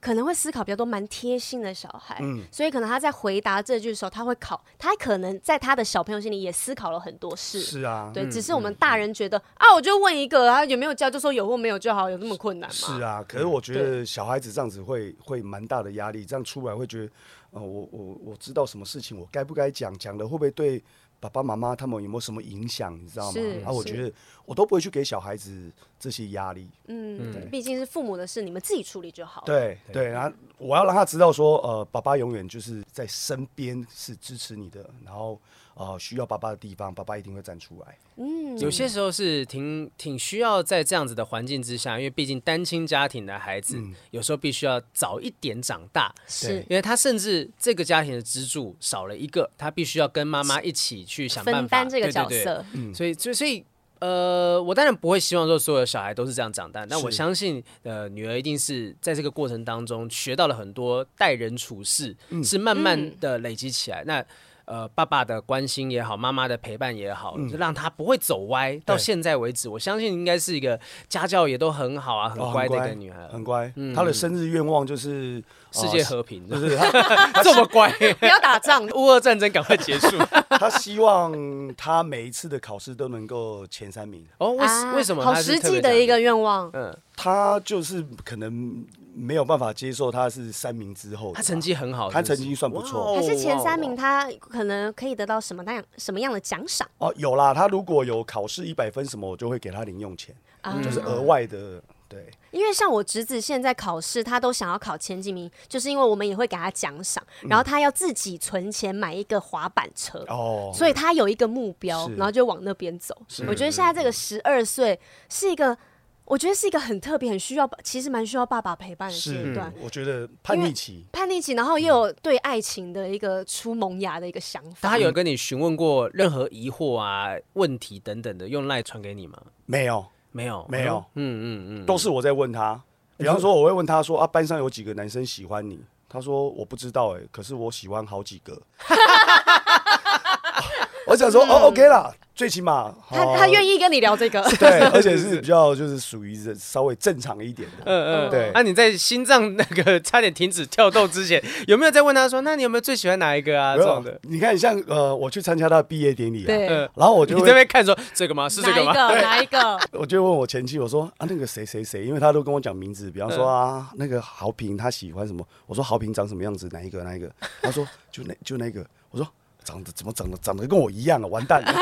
Speaker 3: 可能会思考比较多，蛮贴心的小孩，
Speaker 2: 嗯
Speaker 3: 所以可能他在回答这句的时候，他会考，他可能在他的小朋友心里也思考了很多事，
Speaker 2: 是啊，
Speaker 1: 嗯
Speaker 3: 对，只是我们大人觉得、啊，我就问一个啊，有没有教就说有或没有就好，有那么困难吗？
Speaker 2: 是，啊，
Speaker 1: 嗯
Speaker 2: 可是我觉得小孩子这样子会会蛮大的压力，这样出来会觉得，呃，我我我知道什么事情我该不该讲，讲了会不会对爸爸妈妈他们有没有什么影响，你知道吗
Speaker 3: 是？
Speaker 2: 啊，我
Speaker 3: 是
Speaker 2: 觉得我都不会去给小孩子这些压力。
Speaker 3: 嗯，毕竟是父母的事，你们自己处理就好了。
Speaker 2: 对对，然后我要让他知道说，呃，爸爸永远就是在身边，是支持你的，然后呃，需要爸爸的地方，爸爸一定会站出来。
Speaker 3: 嗯
Speaker 1: 有些时候是挺挺需要在这样子的环境之下，因为毕竟单亲家庭的孩子、
Speaker 3: 嗯
Speaker 1: 有时候必须要早一点长大，
Speaker 3: 是
Speaker 1: 因为他甚至这个家庭的支柱少了一个，他必须要跟妈妈一起去想办法
Speaker 3: 分担这个角色，
Speaker 1: 对对 对所以，所以，所以，呃，我当然不会希望说所有的小孩都是这样长大，但我
Speaker 2: 是
Speaker 1: 相信，呃，女儿一定是在这个过程当中学到了很多待人处事，是慢慢
Speaker 3: 嗯
Speaker 1: 的累积起来。那呃，爸爸的关心也好，妈妈的陪伴也好，就让她不会走歪。到现在为止，我相信应该是一个家教也都很好啊，很
Speaker 2: 哦
Speaker 1: 乖的一个女孩，嗯
Speaker 2: 很乖。她的生日愿望就是呃
Speaker 1: 世界和平，
Speaker 2: 不是她
Speaker 1: 这么乖。。
Speaker 3: 不要打仗
Speaker 1: 乌俄战争赶快结束
Speaker 2: 她希望她每一次的考试都能够前三名。
Speaker 1: 哦！ 为什为什么
Speaker 3: 啊好
Speaker 1: 她是
Speaker 3: 实
Speaker 1: 特
Speaker 3: 际
Speaker 1: 别
Speaker 3: 的
Speaker 1: 这
Speaker 3: 一个
Speaker 1: 样
Speaker 3: 愿望，
Speaker 1: 嗯，
Speaker 2: 她就是可能没有办法接受她是三名之后的吧。
Speaker 1: 她成绩很好，
Speaker 2: 她
Speaker 1: 是不是
Speaker 2: 成绩算不错
Speaker 1: 哇哦
Speaker 3: 还是前三名，
Speaker 1: 哇哦
Speaker 3: 他可能可以得到什么样什么样的奖赏
Speaker 2: 哦有啦，她如果有考试一百分什么，我就会给她零用钱，
Speaker 1: 嗯
Speaker 3: 啊？
Speaker 2: 就是额外的。对，
Speaker 3: 因为像我侄子现在考试，他都想要考前几名，就是因为我们也会给他奖赏，然后他要自己存钱买一个滑板车。
Speaker 2: 嗯哦，
Speaker 3: 所以他有一个目标，
Speaker 2: 是
Speaker 3: 然后就往那边走。我觉得现在这个十二岁是一个，我觉得是一个很特别、很需要，其实蛮需要爸爸陪伴的阶
Speaker 2: 是
Speaker 3: 段。，
Speaker 2: 嗯我觉得叛逆期
Speaker 3: 叛逆期，然后又有对爱情的一个出萌芽的一个想法。
Speaker 1: 他有跟你询问过任何疑惑啊、问题等等的，用赖传给你吗？
Speaker 2: 没有
Speaker 1: 没有，
Speaker 2: 哦没有，
Speaker 1: 嗯，
Speaker 2: 嗯
Speaker 1: 嗯嗯嗯，
Speaker 2: 都是我在问他。比方说，我会问他说啊，班上有几个男生喜欢你？他说我不知道哎、可是我喜欢好几 个。我想说哦，OK 啦，最起码
Speaker 3: 嗯他他愿
Speaker 2: 意
Speaker 3: 意跟你聊这个，
Speaker 2: 对，而且哦是比较就是属于是稍微正常一点的。
Speaker 3: 哦
Speaker 1: 嗯嗯，
Speaker 2: 对
Speaker 1: 那、你在心脏那个差点停止跳动之前，有没有在问他说，那你有没有最喜欢哪一个啊？
Speaker 2: 没
Speaker 1: 这
Speaker 2: 有
Speaker 1: 种的，，
Speaker 2: 你看像呃，我去参加他的毕业典礼啊，
Speaker 3: 对，
Speaker 1: 嗯，
Speaker 2: 然后我
Speaker 1: 你
Speaker 2: 就
Speaker 1: 这
Speaker 2: 会
Speaker 1: 边看说这个吗？是这
Speaker 3: 哪
Speaker 1: 个
Speaker 3: 一
Speaker 1: 吗？
Speaker 3: 个哪一个？
Speaker 2: 我就问我前妻，我说啊那个谁谁谁，因为他都跟我讲名字，比方
Speaker 1: 嗯
Speaker 2: 说啊那个豪平他喜欢什么，我说豪平长什么样子，哪一个哪一个， 他说就那就那个，我说长得怎么长得长得跟我一样啊，完蛋了。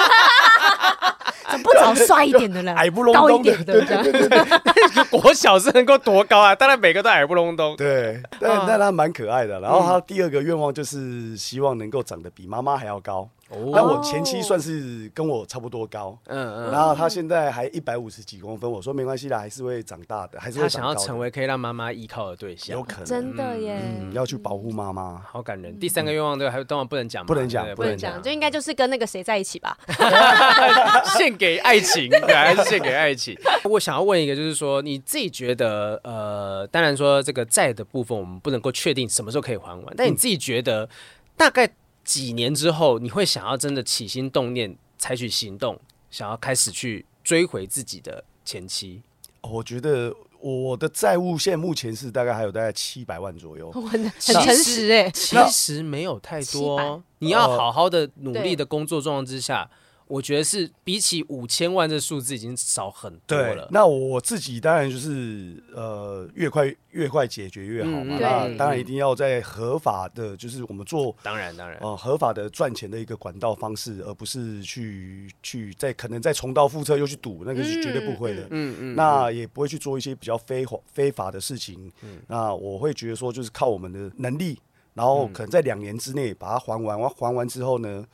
Speaker 3: 怎么不找帅一点的呢？
Speaker 2: 矮不隆
Speaker 3: 高一
Speaker 2: 咚的
Speaker 3: 点的这样。
Speaker 1: 国小是能够多高啊？当然每个都矮不隆咚。
Speaker 2: 对，
Speaker 1: 嗯
Speaker 2: 但但他蛮可爱的。然后他第二个愿望就是希望能够长得比妈妈还要高。但我前妻算是跟我差不多高，
Speaker 1: 哦嗯嗯，
Speaker 2: 然后他现在还一百五十几公分。我说没关系啦，还是会长大的，还是
Speaker 1: 他
Speaker 2: 会
Speaker 1: 想
Speaker 2: 长高
Speaker 1: 要
Speaker 2: 的。
Speaker 1: 成为可以让妈妈依靠的对
Speaker 2: 有
Speaker 1: 象，
Speaker 2: 可能，
Speaker 3: 真的耶，
Speaker 2: 嗯，要去保护妈妈。
Speaker 1: 好感人。第三个愿望对，还有当然不能讲嘛，
Speaker 2: 不能讲
Speaker 1: 对
Speaker 2: 不
Speaker 3: 不能
Speaker 2: 能
Speaker 3: 讲，就应该就是跟那个谁在一起 吧。
Speaker 1: 献给爱情，对，还是献给爱情。我想要问一个，就是说你自己觉得，呃，当然说这个债的部分我们不能够确定什么时候可以还
Speaker 3: 嗯
Speaker 1: 完，但你自己觉得大概几年之后，你会想要真的起心动念，采取行动，想要开始去追回自己的前妻？
Speaker 2: 哦我觉得我的债务现在目前是大概还有大概七百万左右。
Speaker 1: 哦
Speaker 3: 我很很诚实哎，
Speaker 1: 其实没有太多
Speaker 3: 七百
Speaker 1: 哦，你要好好的努力的工作状况之下。我觉得是比起五千万这数字已经少很多
Speaker 2: 对
Speaker 1: 了，。
Speaker 2: 那我自己当然就是呃，越快越快解决越好嘛。
Speaker 1: 嗯
Speaker 3: 对
Speaker 2: 那当然一定要在合法的，就是我们做
Speaker 1: 当然，当然，
Speaker 3: 哦
Speaker 2: 呃合法的赚钱的一个管道方式，而不是去去再可能再重蹈覆辙又去赌，那个是绝对不会的。
Speaker 1: 嗯嗯，嗯
Speaker 2: 那也不会去做一些比较非法非法的事情。那我会觉得说，就是靠我们的能力，然后
Speaker 1: 嗯
Speaker 2: 可能在两年之内把它还完。完还完之后呢，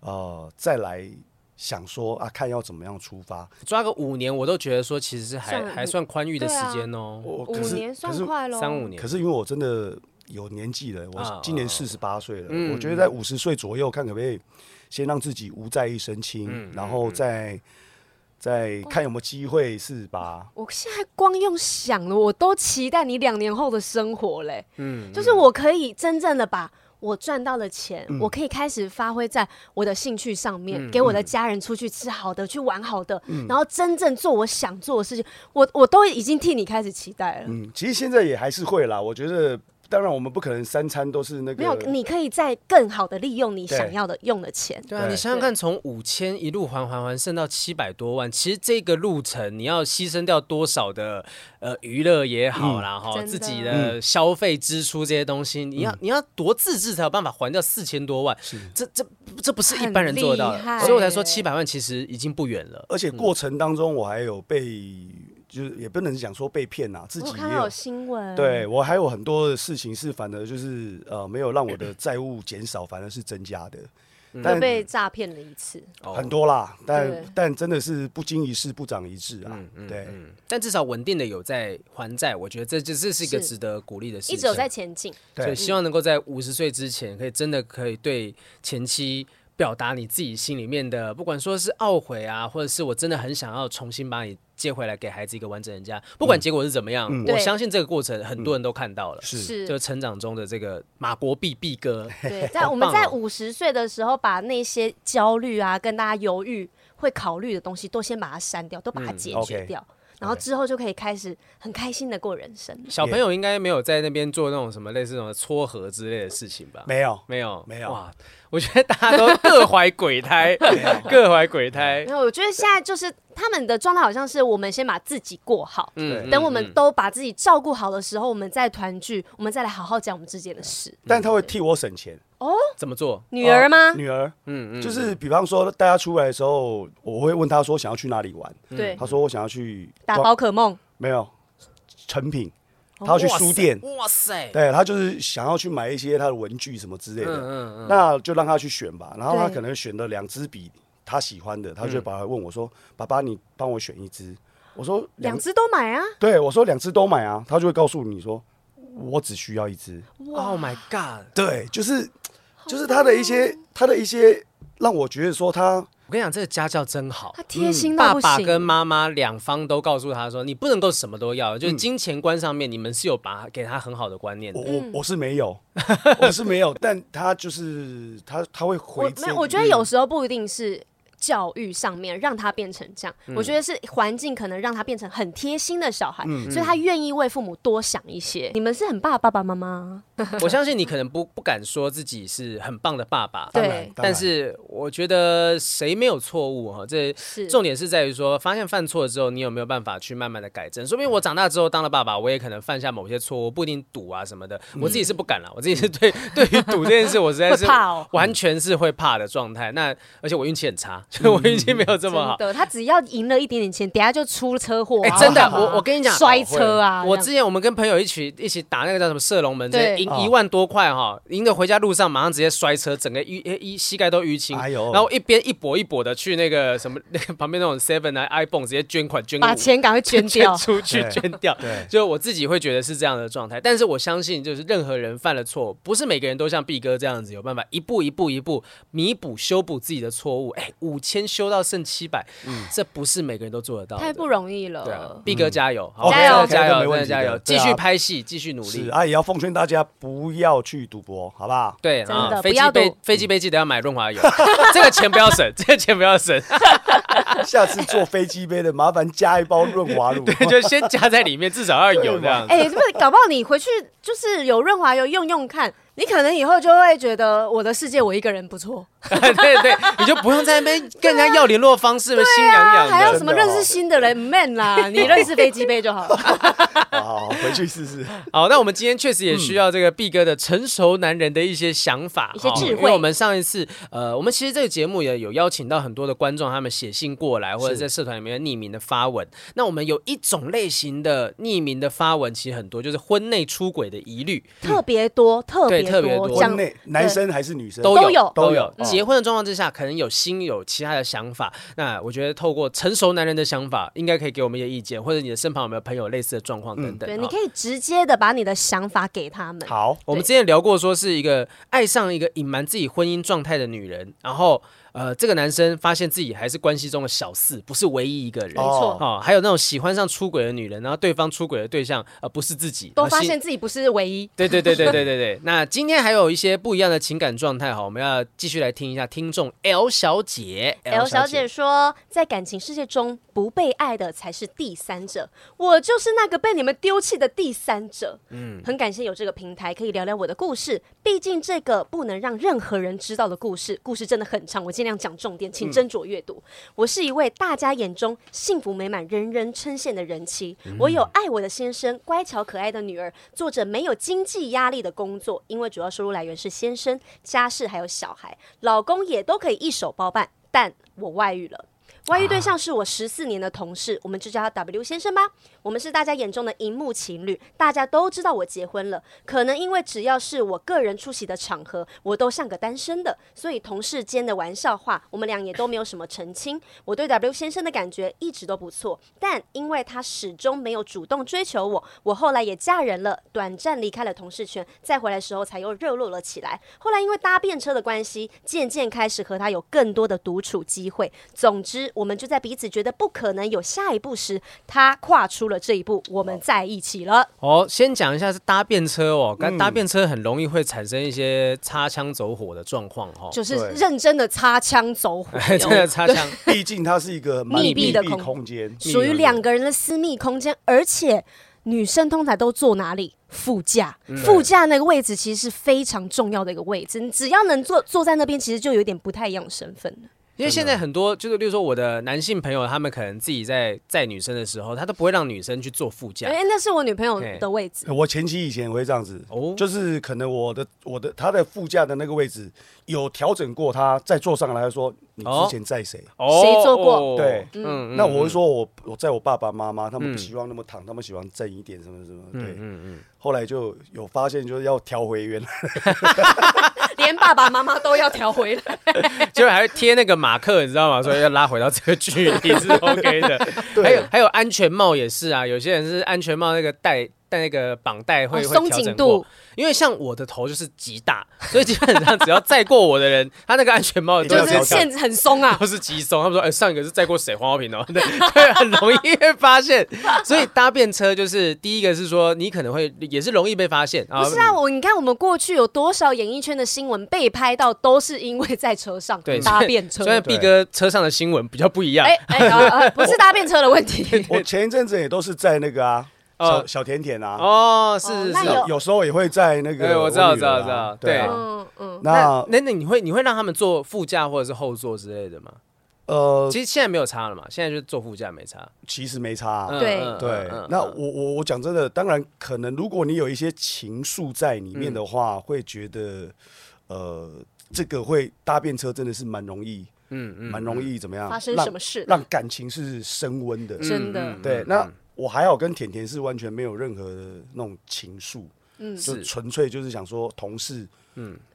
Speaker 2: 呃，再来想说啊，看要怎么样出发。
Speaker 1: 抓个五年，我都觉得说其实是还
Speaker 3: 算啊
Speaker 1: 还算宽裕的时间哦、
Speaker 2: 我
Speaker 3: 五
Speaker 2: 可是
Speaker 3: 年
Speaker 2: 可
Speaker 3: 算
Speaker 2: 是
Speaker 3: 快喽，
Speaker 1: 三五年
Speaker 2: 可。是因为我真的有年纪了，
Speaker 1: 啊
Speaker 2: 我今年四十八岁了，
Speaker 1: 嗯
Speaker 2: 我觉得在五十岁左右看可不可以先让自己无在意身轻，
Speaker 1: 嗯
Speaker 2: 然后再再看有没有机会是把
Speaker 3: 我现在光用想了，我都期待你两年后的生活嘞。
Speaker 1: 嗯，
Speaker 3: 就是我可以真正的把我赚到的钱，
Speaker 2: 嗯
Speaker 3: 我可以开始发挥在我的兴趣上面，给我
Speaker 2: 嗯
Speaker 3: 的家人出去吃好的，去玩好的，然后真正做我想做的事情。我我都已经替你开始期待了。
Speaker 2: 嗯，其实现在也还是会啦。我觉得，当然我们不可能三餐都是那个，
Speaker 3: 没有，你可以再更好的利用你
Speaker 2: 对
Speaker 3: 想要的用的钱。
Speaker 1: 对啊，
Speaker 2: 对
Speaker 1: 你想想看，从五千一路还还还，剩到七百多万，其实这个路程你要牺牲掉多少的呃娱乐也好啦，哈、
Speaker 3: 嗯真的
Speaker 1: 自己
Speaker 2: 嗯
Speaker 1: 的消费支出这些东西，你要你要多自制才有办法还掉四千多万，这这这不是一般人做得到
Speaker 3: 很厉害
Speaker 1: 的，所以我才说七百万其实已经不远了。
Speaker 2: 而且
Speaker 3: 嗯
Speaker 2: 过程当中我还有被，就是也不能讲说被骗啊啦，自
Speaker 3: 我
Speaker 2: 己
Speaker 3: 看
Speaker 2: 也
Speaker 3: 到有
Speaker 2: 有。
Speaker 3: 新闻，
Speaker 2: 对，我还有很多的事情是，反而就是呃，没有让我的债务减少，反而是增加的。
Speaker 3: 又
Speaker 1: 嗯
Speaker 2: 但
Speaker 3: 被诈骗了一次。
Speaker 1: 哦
Speaker 2: 很多啦，
Speaker 3: 对
Speaker 2: 但但真的是不经一事不长一智
Speaker 1: 嗯
Speaker 2: 啊。对，
Speaker 1: 但至少稳定的有在还债，我觉得这这这是一个
Speaker 3: 是
Speaker 1: 值得鼓励的事情。
Speaker 3: 一直有在 前进，
Speaker 1: 所以
Speaker 2: 对
Speaker 1: 希望能够在五十岁之前，可以真的可以对前妻表达你自己心里面的，不管说是懊悔啊，或者是我真的很想要重新把你接回来，给孩子一个完整的家。不管结果是怎么样，我
Speaker 3: 对
Speaker 1: 相信这个过程很多人都看到了，
Speaker 2: 嗯是
Speaker 1: 就成长中的这个马国碧碧哥，
Speaker 3: 对，
Speaker 1: 好
Speaker 3: 在
Speaker 1: 棒
Speaker 3: 我们在
Speaker 1: 哦
Speaker 3: 五十岁的时候，把那些焦虑啊，跟大家犹豫会考虑的东西，都先把它删掉，都把它
Speaker 1: 嗯
Speaker 3: 解决
Speaker 2: ，OK
Speaker 3: 掉，然后之后就可以开始很开心的过人生。
Speaker 1: 小朋友应该没有在那边做那种什么类似那种撮合之类的事情吧？
Speaker 2: 没有，
Speaker 1: 没有，
Speaker 2: 没有
Speaker 1: 哇！我觉得大家都 各怀鬼胎，各怀鬼胎
Speaker 3: 没。有，我觉得现在就是他们的状态，好像是我们先把自己过好，
Speaker 1: 嗯
Speaker 3: 等我们都把自己照顾好的时候，我们再团聚，我们再来好好讲我们之间的事。
Speaker 2: 但他会替我省钱。哦
Speaker 1: 怎么做？
Speaker 3: 女儿吗？
Speaker 2: 女儿，
Speaker 1: 嗯嗯，
Speaker 2: 就是比方说大家出来的时候，我会问她说想要去哪里玩，
Speaker 1: 嗯
Speaker 3: 对
Speaker 2: 她，说我想要去
Speaker 3: 打
Speaker 2: 逛
Speaker 3: 宝可梦，
Speaker 2: 没有成品，他要去书店，
Speaker 1: 哇塞，
Speaker 2: 对他就是想要去买一些他的文具什么之类的，
Speaker 1: 嗯嗯
Speaker 2: 那就让他去选吧。然后他
Speaker 3: 对
Speaker 2: 可能选了两支笔，他喜欢的，他就把他问我说：“爸爸，你帮我选一支。”我说：“
Speaker 3: 两只都买啊！
Speaker 2: 对，我说两支都买啊。”他就会告诉你说：“我只需要一支。
Speaker 1: 嗯，Oh my God！”
Speaker 2: 对，就是就是他的一些他的一些让我觉得说他
Speaker 1: 我跟你讲，这个家教真好
Speaker 3: 他。贴心
Speaker 1: 嗯
Speaker 3: 到
Speaker 1: 爸
Speaker 3: 不
Speaker 1: 爸
Speaker 3: 行，
Speaker 1: 跟妈妈两方都告诉他说，你不能够什么都要，就是金钱观上面，你们是有把给他很好的观念
Speaker 2: 我
Speaker 1: 的。
Speaker 3: 嗯
Speaker 2: 我我是没有， 我是没有，但他就是他他会
Speaker 3: 我
Speaker 2: 回嗯
Speaker 3: 没
Speaker 2: 这
Speaker 3: 有，
Speaker 2: 个
Speaker 3: 我觉得
Speaker 1: 嗯
Speaker 3: 有时候不一定是教育上面让他变成这样，
Speaker 1: 嗯
Speaker 3: 我觉得是环境可能让他变成很贴心的小孩，所
Speaker 1: 嗯
Speaker 3: 以他愿意为父母多想一些。你们是很爸爸爸妈妈，
Speaker 1: 我相信你可能不不敢说自己是很棒的爸爸，
Speaker 3: 对
Speaker 2: 当然当然
Speaker 1: 但是我觉得谁没有错误哈？这
Speaker 3: 是
Speaker 1: 重点是在于说，发现犯错了之后，你有没有办法去慢慢的改正？说
Speaker 3: 嗯
Speaker 1: 明我长大之后当了爸爸，我也可能犯下某些错误，不一定赌啊什么的。我自己是不敢了，我自己是对 对于赌这件事，我实在是
Speaker 3: 嗯会怕哦
Speaker 1: 完全是会怕的状态。那而且我运气很差，所以我运气没有这么好
Speaker 3: 嗯真。的，他只要赢了一点点钱，等下就出车祸、啊
Speaker 1: 哎真的
Speaker 3: 干嘛
Speaker 1: 我我跟你讲哦
Speaker 3: 摔车啊，
Speaker 1: 我
Speaker 3: 这
Speaker 1: 之
Speaker 3: 样
Speaker 1: 前我们跟朋友一起一起打那个叫什么射龙门
Speaker 3: 对
Speaker 1: 阵，赢
Speaker 2: 哦
Speaker 1: 一万多块哈，赢的回家路上马上直接摔车，整个淤诶一膝盖都淤青，
Speaker 2: 哎呦
Speaker 1: 然后一边一跛一跛的去那个什么那个旁边那种 Seven 啊 iPhone 直接捐款捐个
Speaker 3: 把
Speaker 1: 五
Speaker 3: 钱 赶快捐掉。
Speaker 1: 出去
Speaker 2: 对
Speaker 1: 捐掉。
Speaker 2: 对
Speaker 1: 就我自己会觉得是这样的状态，但是我相信，就是任何人犯了错，不是每个人都像毕哥这样子有办法一步一步一步弥补修补自己的错误。哎，五千修到剩七百，这不是每个人都做得到的。
Speaker 3: 嗯太不容易
Speaker 1: 对啊
Speaker 3: 了，，
Speaker 1: 毕哥加油，好不
Speaker 2: 哦
Speaker 1: 好
Speaker 3: 加油
Speaker 1: 加
Speaker 2: 加油
Speaker 1: 油，
Speaker 2: 没
Speaker 1: 真
Speaker 2: 问
Speaker 1: 的
Speaker 2: 题
Speaker 1: 加
Speaker 2: 的
Speaker 1: 油，继
Speaker 2: 对啊
Speaker 1: 续拍戏，继续努
Speaker 2: 是
Speaker 1: 力。
Speaker 2: 啊，也要奉劝大家不要去赌博，好不 好？
Speaker 1: 对，
Speaker 3: 真
Speaker 1: 啊
Speaker 3: 的
Speaker 1: 飞
Speaker 3: 不
Speaker 1: 机
Speaker 3: 要
Speaker 1: 杯
Speaker 3: 赌
Speaker 1: 飞机杯记得要买润滑油，这个钱不要省，这个钱不要省，
Speaker 2: 下次坐飞机杯的，麻烦加一包润滑 乳。
Speaker 1: 就先夹在里面，至少要有这样子。
Speaker 3: 哎、这不搞不好你回去就是有润滑油用用看，你可能以后就会觉得我的世界我一个人不错。
Speaker 1: 对对，你就不用在那边跟人家要联络方式了，心痒痒的。
Speaker 3: 啊还要
Speaker 2: 真
Speaker 3: 什么
Speaker 2: 的
Speaker 3: 认
Speaker 2: 哦
Speaker 3: 识新的人 man 啦？你认识飞机杯就好了。
Speaker 2: 好好，好回去试试。
Speaker 1: 好，那我们今天确实也需要这个毕哥的成熟男人的一些想法、
Speaker 3: 一些
Speaker 1: 哈
Speaker 3: 智
Speaker 1: 因为
Speaker 3: 慧
Speaker 1: 我们上一次，呃，我们其实这个节目也有邀请到很多的观众，他们写信过来，或者在社团里面匿名的发文。那我们有一种类型的匿名的发文，其实很多就是婚内出轨的疑虑，
Speaker 3: 特别多，特别
Speaker 1: 对特别多
Speaker 3: 多，讲
Speaker 2: 国内男生还是女生
Speaker 3: 都有
Speaker 1: 都
Speaker 2: 都
Speaker 1: 哦有
Speaker 2: 有。嗯哦
Speaker 1: 结婚的状况之下，可能有心有其他的想法。那我觉得透过成熟男人的想法，应该可以给我们一些意见，或者你的身旁有没有朋友类似的状况等等。
Speaker 3: 嗯对，
Speaker 1: 哦
Speaker 3: 你可以直接的把你的想法给他们。
Speaker 2: 好，
Speaker 1: 我们之前聊过，说是一个爱上一个隐瞒自己婚姻状态的女人，然后呃，这个男生发现自己还是关系中的小四，不是唯一一个人。
Speaker 3: 没错
Speaker 1: 哦，还有那种喜欢上出轨的女人，然后对方出轨的对象呃不是自己，
Speaker 3: 都
Speaker 1: 然后
Speaker 3: 发
Speaker 1: 心
Speaker 3: 现自己不是唯一，
Speaker 1: 对对对对对对对。那今天还有一些不一样的情感状态哈，我们要继续来听一下听众 L 小姐
Speaker 3: L 小姐说，在感情世界中，不被爱的才是第三者，我就是那个被你们丢弃的第三者。嗯，很感谢有这个平台可以聊聊我的故事，毕竟这个不能让任何人知道的故事，故事真的很长，我尽量讲重点，请斟酌阅读。我是一位大家眼中幸福美满、人人称羡的人妻，我有爱我的先生，乖巧可爱的女儿，做着没有经济压力的工作，因为主要收入来源是先生、家事还有小孩，老公也都可以一手包办，但我外遇了。外遇对象是我十四年的同事，我们就叫他 W 先生吧。我们是大家眼中的荧幕情侣，大家都知道我结婚了。可能因为只要是我个人出席的场合，我都像个单身的，所以同事间的玩笑话，我们俩也都没有什么澄清。我对 W 先生的感觉一直都不错，但因为他始终没有主动追求我，我后来也嫁人了，短暂离开了同事圈，再回来的时候才又热络了起来。后来因为搭便车的关系，渐渐开始和他有更多的独处机会。总之，我们就在彼此觉得不可能有下一步时，他跨出了这一步，我们在一起了。
Speaker 1: 哦，先讲一下是搭便车哦，
Speaker 3: 嗯
Speaker 1: 刚搭便车很容易会产生一些擦枪走火的状况哈，，
Speaker 3: 就是
Speaker 2: 对
Speaker 3: 认真的擦枪走火
Speaker 1: 真的擦 枪。
Speaker 2: 毕竟它是一个蛮
Speaker 3: 密闭的
Speaker 2: 密
Speaker 3: 空
Speaker 2: 空间，
Speaker 3: 属于两个人的私密空间，而且女生通常都坐哪里？
Speaker 2: 嗯
Speaker 3: 副驾，副驾那个位置其实是非常重要的一个位置，你只要能坐坐在那边，其实就有点不太一样的身份了。
Speaker 1: 因为现在很多就是，例如说我的男性朋友，他们可能自己在载女生的时候，他都不会让女生去坐副驾
Speaker 3: 哎、。那是我女朋友
Speaker 1: 嘿
Speaker 3: 的位置，
Speaker 2: 我前期以前也会这样子，
Speaker 1: 哦
Speaker 2: 就是可能我的我的他的副驾的那个位置有调整过他，再坐上来说你
Speaker 1: 哦
Speaker 2: 之前载谁？
Speaker 1: 哦
Speaker 3: 谁坐 过
Speaker 2: 对
Speaker 1: 嗯
Speaker 2: 那我会说我我在我爸爸妈妈，他们不希望那么躺，他们喜欢正一点什么什么。对，嗯嗯。后来就有发现，就是要调回 原来。
Speaker 3: 连爸爸妈妈都要调回 来。
Speaker 1: 结果还会贴那个马克，你知道吗？所以要拉回到这个距 离是 OK 的。还有还有安全帽也是啊，有些人是安全帽那个带带那个绑带会
Speaker 3: 哦
Speaker 1: 会
Speaker 3: 松
Speaker 1: 调整
Speaker 3: 紧
Speaker 1: 过
Speaker 3: 度，
Speaker 1: 因为像我的头就是极大，所以基本上只要载过我的人，他那个安全帽
Speaker 2: 你
Speaker 1: 都
Speaker 2: 这
Speaker 3: 就
Speaker 2: 样
Speaker 1: 是
Speaker 3: 是
Speaker 2: 调
Speaker 3: 线很 松啊，
Speaker 1: 都是极松。他们说，哎、上一个是载过谁？黄浩平哦，对，对，很容易被发现。所以搭便车就是第一个是说你可能会也是容易被发现啊。
Speaker 3: 不是啊，我你看我们过去有多少演艺圈的新闻被拍到，都是因为在车上
Speaker 1: 对
Speaker 3: 搭便车
Speaker 1: 虽。然毕哥车上的新闻比较不一样，
Speaker 3: 哎哎、啊啊不是搭便车的问题，
Speaker 2: 我前一阵子也都是在那个啊，
Speaker 1: 哦
Speaker 2: 小小甜甜啊，
Speaker 1: 哦，是是
Speaker 3: 那
Speaker 1: 是，
Speaker 3: 有
Speaker 2: 有时候也会在那
Speaker 1: 哎
Speaker 2: 个。
Speaker 1: 我知道
Speaker 2: 女儿
Speaker 1: 知道
Speaker 2: 啊
Speaker 1: 知道
Speaker 2: 对
Speaker 1: 对
Speaker 2: 啊。
Speaker 3: 嗯嗯，
Speaker 2: 那
Speaker 1: 那那你会你会让他们坐副驾或者是后座之类的吗？
Speaker 2: 呃，
Speaker 1: 其实现在没有差了嘛，现在就是坐副驾没差。
Speaker 2: 其实没差啊。
Speaker 1: 嗯
Speaker 3: 对
Speaker 1: 嗯嗯
Speaker 2: 对
Speaker 1: 嗯，
Speaker 2: 那
Speaker 1: 嗯
Speaker 2: 我我我讲真的，当然可能，如果你有一些情愫在里
Speaker 1: 嗯
Speaker 2: 面的话，会觉得，呃，这个会搭便车真的是蛮容易，
Speaker 1: 嗯嗯
Speaker 2: 蛮容易怎么样？
Speaker 3: 发生
Speaker 2: 让
Speaker 3: 什么事？
Speaker 2: 让感情是升温的。
Speaker 3: 真
Speaker 1: 嗯
Speaker 3: 的
Speaker 2: 对，那我还好，跟甜甜是完全没有任何的那种情愫，
Speaker 3: 嗯
Speaker 2: 就是纯粹就是想说同事，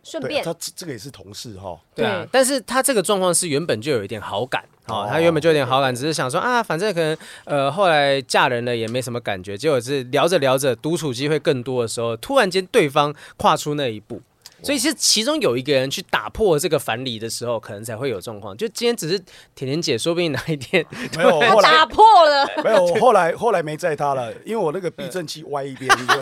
Speaker 3: 顺
Speaker 2: 对
Speaker 3: 便
Speaker 2: 他这这个也是同事 哈。
Speaker 1: 对啊
Speaker 3: 对，
Speaker 1: 但是他这个状况是原本就有一点好感哦
Speaker 2: 哦，
Speaker 1: 他原本就有点好感，只是想说啊，反正可能呃后来嫁人了也没什么感觉，结果是聊着聊着独处机会更多的时候，突然间对方跨出那一步。所以其实其中有一个人去打破这个樊篱的时候，可能才会有状况。就今天只是甜甜姐，说不定哪一天
Speaker 2: 没有，
Speaker 3: 他
Speaker 2: 后来
Speaker 3: 打破了，
Speaker 2: 没有，我后来后来没载他了，因为我那个避震器歪一边，
Speaker 3: 嗯
Speaker 2: 就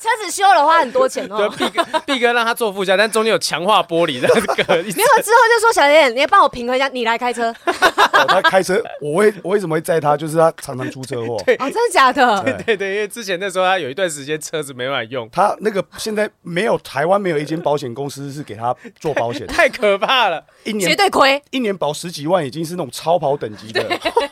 Speaker 3: 车子修了花很多 钱
Speaker 1: 对
Speaker 3: 哦。
Speaker 1: 毕哥，毕哥让他坐副驾，但中间有强化玻璃 的那个一直
Speaker 3: 没有之后就说小姐姐，你帮我平衡一下，你来开 车。
Speaker 2: 哦他开车，我为我为什么会载他？就是他常常出车祸。
Speaker 3: 哦，真的假的？
Speaker 2: 对
Speaker 1: 对对，因为之前那时候他有一段时间车子没办法用，
Speaker 2: 他那个现在没有台湾没有一间保险公司是给他做保 险的，
Speaker 1: 太可怕了。
Speaker 2: 一
Speaker 3: 绝
Speaker 2: 年
Speaker 3: 对亏。
Speaker 2: 一年保十几万已经是那种超跑等级的，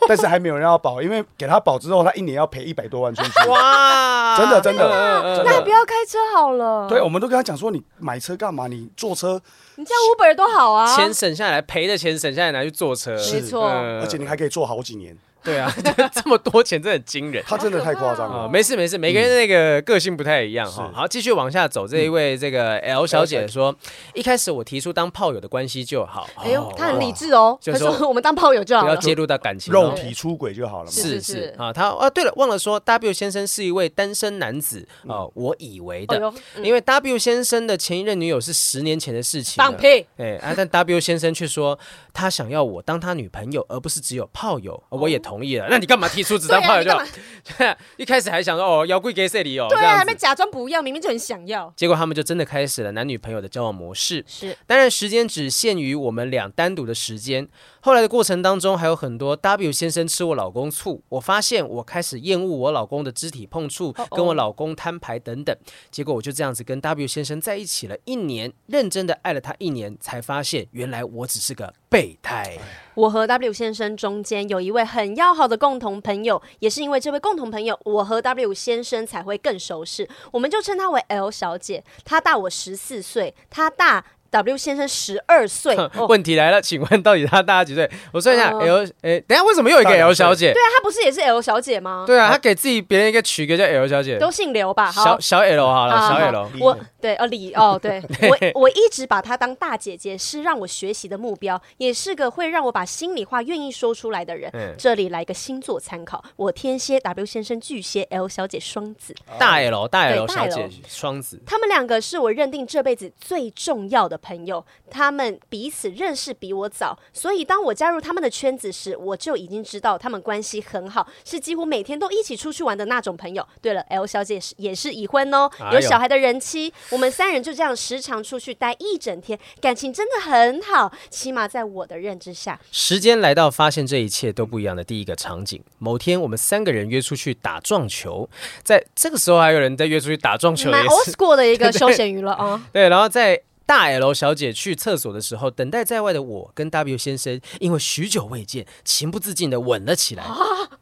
Speaker 2: 但是还没有人要保， 因为给他保之后，他一年要赔一百多万出 去。
Speaker 1: 哇，
Speaker 2: 真的真的
Speaker 1: 嗯嗯嗯
Speaker 3: 那不要开车好了。
Speaker 2: 对，我们都跟他讲说，你买车干嘛？你坐车，
Speaker 3: 你叫 Uber 多好啊。
Speaker 1: 钱省下来，赔的钱省下来拿去坐车，
Speaker 3: 没错
Speaker 1: 嗯
Speaker 2: 呃而且你还可以坐好几年。
Speaker 1: 对啊， 这么多钱真的很惊人。
Speaker 2: 他真的太夸张
Speaker 1: 啊、
Speaker 3: 哦
Speaker 2: 了。
Speaker 1: 没事没事，每个人的那个个性不太一样哈、
Speaker 2: 是
Speaker 1: 好，继续往下走，这一位这个 L 小姐说，一开始我提出当炮友的关系就好，
Speaker 3: 哎呦
Speaker 1: 哦，
Speaker 3: 他很理智哦，
Speaker 1: 就
Speaker 3: 他
Speaker 1: 是说
Speaker 3: 说我们当炮友就好
Speaker 1: 不要
Speaker 3: 了。
Speaker 1: 介入到感情
Speaker 2: 肉
Speaker 1: 哦
Speaker 2: 体出轨就好了嘛。
Speaker 3: 嗯是
Speaker 1: 是
Speaker 3: 是
Speaker 1: 是
Speaker 3: 是
Speaker 1: 啊，他啊，对了，忘了说，W 先生是一位单身男子哦，我以为
Speaker 3: 哎
Speaker 1: 的
Speaker 3: 呦，，
Speaker 1: 因为 W 先生的前一任女友是十年前的事情了
Speaker 3: 放。屁！
Speaker 1: 哎啊，但 W 先生却说他想要我当他女朋友，而不是只有炮友。哦我也同意了，那你干嘛提出只
Speaker 3: 对
Speaker 1: 当炮
Speaker 3: 啊，
Speaker 1: 友
Speaker 3: 你
Speaker 1: 就
Speaker 3: 干
Speaker 1: 好？
Speaker 3: 嘛？
Speaker 1: 一开始还想说哦，要贵给谁里哦，
Speaker 3: 对
Speaker 1: 这
Speaker 3: 啊，
Speaker 1: 样
Speaker 3: 还
Speaker 1: 子
Speaker 3: 没假装不要，明明就很想要。
Speaker 1: 结果他们就真的开始了男女朋友的交往模式。
Speaker 3: 是，
Speaker 1: 当然，时间只限于我们俩单独的时间。后来的过程当中，还有很多 W 先生吃我老公醋，我发现我开始厌恶我老公的肢体碰触
Speaker 3: 哦，哦
Speaker 1: 跟我老公摊牌等等。结果我就这样子跟 W 先生在一起了一年，认真的爱了他一年，才发现原来我只是个备胎。
Speaker 3: 我和 W 先生中间有一位很要好的共同朋友，也是因为这位共同朋友，我和 W 先生才会更熟识。我们就称她为 L 小姐，她大我十四岁，她大 W 先生十二岁。哦
Speaker 1: 问题来了，请问到底他大家几岁？我算一下
Speaker 3: 哦
Speaker 1: ，L，哎，等一下为什么又有一个
Speaker 2: 大两
Speaker 1: L
Speaker 2: 岁
Speaker 1: 小姐
Speaker 3: 对？啊，她不是也是 L 小姐吗？
Speaker 1: 对啊，他给自己别人一个取一个叫 L 小姐，
Speaker 3: 都姓刘吧？好
Speaker 1: 小，小 L 好了，
Speaker 3: 啊
Speaker 1: 小
Speaker 3: 好
Speaker 1: L。
Speaker 2: 李
Speaker 3: 我对哦李 哦对我我一直把她当大姐姐，是让我学习的目标，也是个会让我把心里话愿意说出来的人。
Speaker 1: 嗯
Speaker 3: 这里来个星座参考，我天蝎，W 先生巨蟹，L 小姐双子。
Speaker 1: 大 L 大 L 小
Speaker 3: 对大
Speaker 1: 姐
Speaker 3: L
Speaker 1: 双子，
Speaker 3: 他们两个是我认定这辈子最重要的朋友，他们彼此认识比我早，所以当我加入他们的圈子时，我就已经知道他们关系很好，是几乎每天都一起出去玩的那种朋友。对了，L 小姐是也是已婚哦
Speaker 1: 哎，呦
Speaker 3: 有小孩的人妻，我们三人就这样时常出去待一整天，感情真的很好，起码在我的认知下。
Speaker 1: 时间来到发现这一切都不一样的第一个场景。某天，我们三个人约出去打撞球，在这个时候还有人在约出去打撞球，
Speaker 3: 蛮
Speaker 1: 也
Speaker 3: old
Speaker 1: 是
Speaker 3: school 的一个休闲娱乐啊，
Speaker 1: 对。然后在大 L 小姐去厕所的时候，等待在外的我跟 W 先生因为许久未见，情不自禁的吻了起来。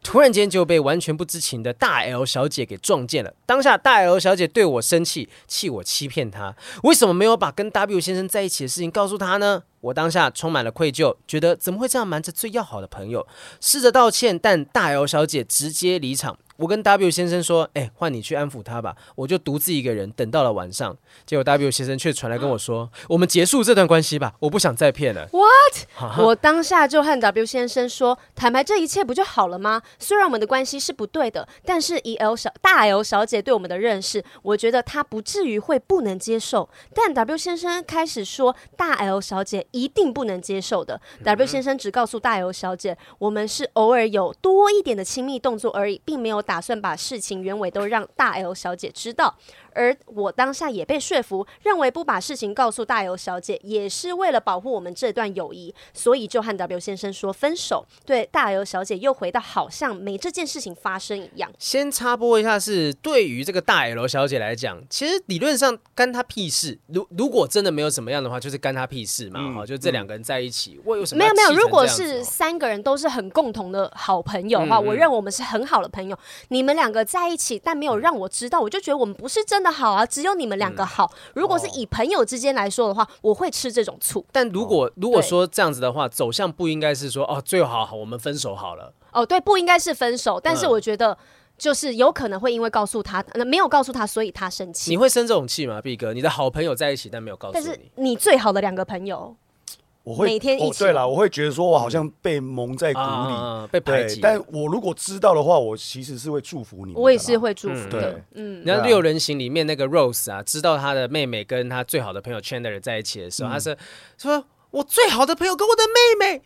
Speaker 1: 突然间就被完全不知情的大 L 小姐给撞见了。当下大 L 小姐对我生气，气我欺骗她，为什么没有把跟 W 先生在一起的事情告诉她呢？我当下充满了愧疚，觉得怎么会这样瞒着最要好的朋友？试着道歉，但大 L 小姐直接离场。我跟 W 先生说：“哎、换你去安抚她吧。”我就独自一个人等到了晚上，结果 W 先生却传来跟我说：“我们结束这段关系吧，我不想再骗了。
Speaker 3: 我当下就和 W 先生说，坦白这一切不就好了吗？虽然我们的关系是不对的，但是以 L 小大 L 小姐对我们的认识，我觉得她不至于会不能接受。但 W 先生开始说大 L 小姐一定不能接受的。W 先生只告诉大 L 小姐，我们是偶尔有多一点的亲密动作而已，并没有打算把事情原委都让大 L 小姐知道。而我当下也被说服，认为不把事情告诉大 L 小姐，也是为了保护我们这段友谊，所以就和 W 先生说分手。对大 L 小姐又回到好像没这件事情发生一样。
Speaker 1: 先插播一下是，对于这个大 L 小姐来讲，其实理论上干她屁事。如如果真的没有怎么样的话，就是干她屁事嘛。哈、就这两个人在一起，我有什么
Speaker 3: 没
Speaker 1: 要
Speaker 3: 嗯有没有，
Speaker 1: 气成
Speaker 3: 如果
Speaker 1: 这样子
Speaker 3: 是
Speaker 1: 哦
Speaker 3: 三个人都是很共同的好朋友的话，
Speaker 1: 嗯嗯
Speaker 3: 我认为我们是很好的朋友。你们两个在一起，但没有让我知道，我就觉得我们不是真的好啊，只有你们两
Speaker 1: 嗯
Speaker 3: 个好。如果是以朋友之间来说的话，我会吃这种醋。
Speaker 1: 但如果如果说这样子的话，走向不应该是说哦，最好好我们分手好了。
Speaker 3: 哦，对，不应该是分手，但是
Speaker 1: 嗯
Speaker 3: 我觉得就是有可能会因为告诉他，那没有告诉他，所以他生
Speaker 1: 你
Speaker 3: 气。
Speaker 1: 会生这种气吗，毕哥？你的好朋友在一起，但没有告诉
Speaker 3: 但是
Speaker 1: 你。
Speaker 3: 你最好的两个朋友，
Speaker 2: 我会
Speaker 3: 每天一
Speaker 2: 哦
Speaker 3: 起
Speaker 2: 对了，我会觉得说我好像被蒙在鼓里。
Speaker 1: 啊，被排
Speaker 2: 对
Speaker 1: 挤，。
Speaker 2: 但我如果知道的话，我其实是会祝福你们的啦。
Speaker 3: 我也是会祝福
Speaker 2: 对
Speaker 3: 的。嗯，
Speaker 1: 你看《
Speaker 2: 对啊
Speaker 1: 六人行》里面那个 Rose 啊，知道她的妹妹跟她最好的朋友 Chandler 在一起的时
Speaker 3: 嗯
Speaker 1: 候，她是说：“我最好的朋友跟我的妹妹。”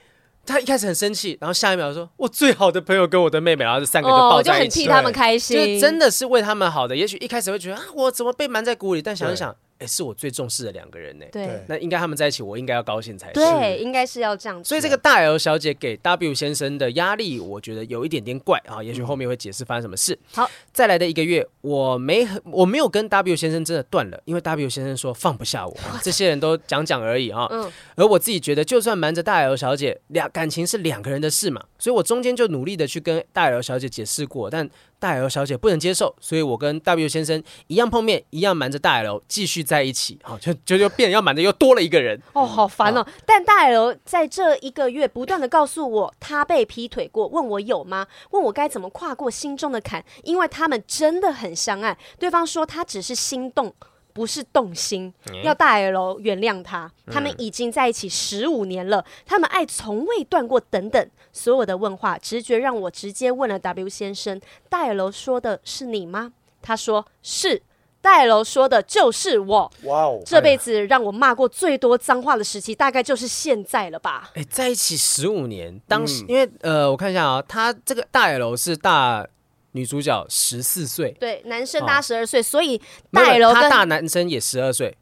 Speaker 1: 她一开始很生气，然后下一秒说：“我最好的朋友跟我的妹妹。”然后这三个就
Speaker 3: 哦，
Speaker 1: 抱
Speaker 3: 我就
Speaker 1: 在一
Speaker 3: 很
Speaker 1: 起，
Speaker 3: 替他们开心，
Speaker 1: 就是真的是为他们好的。也许一开始会觉得啊，我怎么被瞒在鼓里？但想一想，哎，是我最重视的两个人呢。
Speaker 3: 对
Speaker 1: 那应该他们在一起，我应该要高兴才是。
Speaker 3: 对，应该是要这样子。
Speaker 1: 所以这个大 L 小姐给 W 先生的压力，我觉得有一点点怪啊，也许后面会解释发生什么事。
Speaker 3: 好，
Speaker 1: 再来的一个月，我没和我没有跟 W 先生真的断了，因为 W 先生说放不下我，这些人都讲讲而已啊。
Speaker 3: 嗯
Speaker 1: 而我自己觉得，就算瞒着大 L 小姐，两感情是两个人的事嘛，所以我中间就努力的去跟大 L 小姐解释过，但大 L 小姐不能接受，所以我跟 W 先生一样碰面，一样瞒着大 L 继续在一起，好、就就就变要瞒着又多了一个人，
Speaker 3: 哦，好烦哦！但大 L 在这一个月不断的告诉我，他被劈腿过，问我有吗？问我该怎么跨过心中的坎，因为他们真的很相爱。对方说他只是心动，不是动心，要大 L 原谅他。他们已经在一起十五年了，他们爱从未断过。等等，所有的问话，直觉让我直接问了 W 先生，大 L 说的是你吗？他说是。大 L 说的就是我。
Speaker 2: 哇哦，
Speaker 3: 这
Speaker 1: 哎
Speaker 3: 辈子让我骂过最多脏话的时期，大概就是现在了吧。
Speaker 1: 哎、在一起十五年，当时、因为呃，我看一下啊，她这个大 L 是大女主角十四岁，
Speaker 3: 对，男生大十二岁，所以
Speaker 1: 啊没
Speaker 3: 大
Speaker 1: 有
Speaker 3: L
Speaker 1: 她
Speaker 3: 跟
Speaker 1: 大男生也十二岁，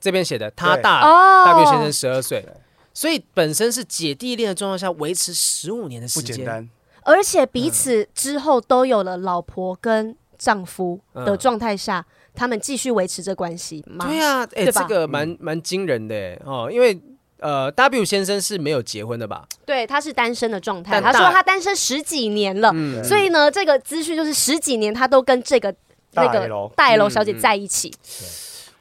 Speaker 1: 这边写的她
Speaker 2: 对
Speaker 1: 大
Speaker 3: 哦
Speaker 1: W 先生十二岁，所以本身是姐弟恋的状况下维持十五年的时
Speaker 2: 不
Speaker 1: 间，
Speaker 2: 简单，
Speaker 3: 而且彼此之后都有了老婆跟丈夫的状态下，他们继续维持这关系吗？
Speaker 1: 嗯对啊，哎、
Speaker 3: 对吧
Speaker 1: 这个蛮蛮惊人的哎哦，因为呃，W 先生是没有结婚的吧？
Speaker 3: 对，他是单身的状态。
Speaker 1: 但大嗯
Speaker 3: 他说他单身十几年了，所以呢，这个资讯就是十几年他都跟这个那
Speaker 2: 大
Speaker 3: 个
Speaker 2: L
Speaker 3: 大
Speaker 1: 嗯
Speaker 3: L 小姐在一起。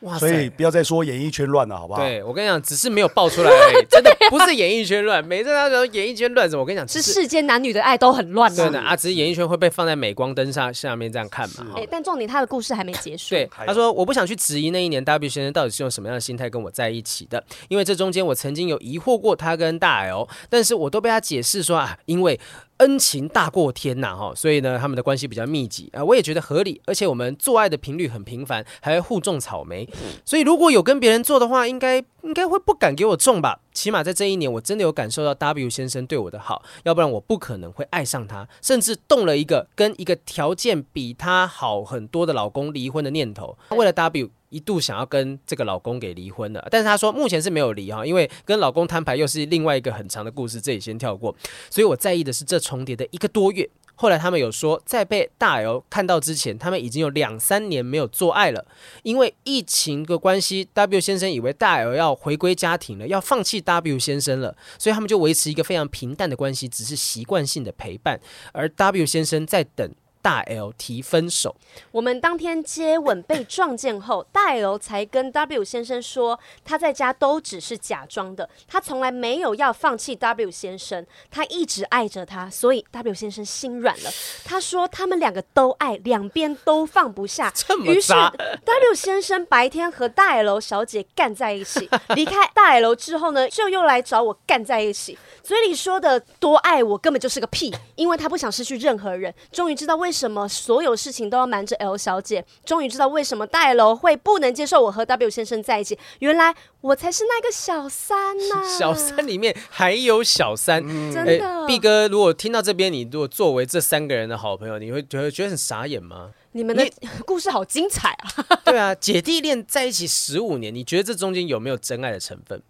Speaker 1: 哇
Speaker 2: 所以
Speaker 1: 塞！
Speaker 2: 不要再说演艺圈乱了，好不好？
Speaker 1: 对，我跟你讲，只是没有爆出来而 已，真的不是演艺圈乱。每次他说演艺圈乱什么，我跟你讲，只
Speaker 3: 是世间男女的爱都很乱
Speaker 1: 对的
Speaker 3: 啊。
Speaker 1: 啊，只是演艺圈会被放在镁光灯上下面这样看嘛。哈哦
Speaker 3: 哎，但重点他的故事还没结束。
Speaker 1: 对，
Speaker 2: 还
Speaker 1: 他
Speaker 2: 有
Speaker 1: 说我不想去质疑那一年 W 先生到底是用什么样的心态跟我在一起的，因为这中间我曾经有疑惑过他跟大 L，但是我都被他解释说啊，因为恩情大过天呐、哈，所以呢他们的关系比较密集啊，我也觉得合理，而且我们做爱的频率很频繁，还会互种草莓，所以如果有跟别人做的话，应该应该会不敢给我中吧。起码在这一年，我真的有感受到 W 先生对我的好，要不然我不可能会爱上他，甚至动了一个跟一个条件比他好很多的老公离婚的念头。为了 W。一度想要跟这个老公给离婚的，但是她说目前是没有离哈，因为跟老公摊牌又是另外一个很长的故事，这里先跳过。所以我在意的是这重叠的一个多月。后来他们有说，在被大 L 看到之前，他们已经有两三年没有做爱了。因为疫情的关系，W 先生以为大 L 要回归家庭了，要放弃 W 先生了，所以他们就维持一个非常平淡的关系，只是习惯性的陪伴。而 W 先生在等大 L 提分手，
Speaker 3: 我们当天接吻被撞见后，大 L 才跟 W 先生说，他在家都只是假装的，他从来没有要放弃 W 先生，他一直爱着他，所以 W 先生心软了。他说他们两个都爱，两边都放不下，
Speaker 1: 这么
Speaker 3: 于是
Speaker 1: 渣
Speaker 3: W 先生白天和大 L 小姐干在一 起，离开大 L 之后呢，就又来找我干在一起。嘴里说的多爱我根本就是个屁，因为他不想失去任何人。终于知道为什么所有事情都要瞒着 L 小姐，终于知道为什么大 L 会不能接受我和 W 先生在一起。原来我才是那个小三呐、
Speaker 1: 小三里面还有小三。
Speaker 3: 啊嗯真
Speaker 1: 哎
Speaker 3: 的，
Speaker 1: 毕哥，如果听到这边，你如果作为这三个人的好朋友，你会觉得觉得很傻眼 吗？
Speaker 3: 你们的故事好精彩啊！
Speaker 1: 对啊，姐弟恋在一起十五年，你觉得这中间有没有真爱的成分？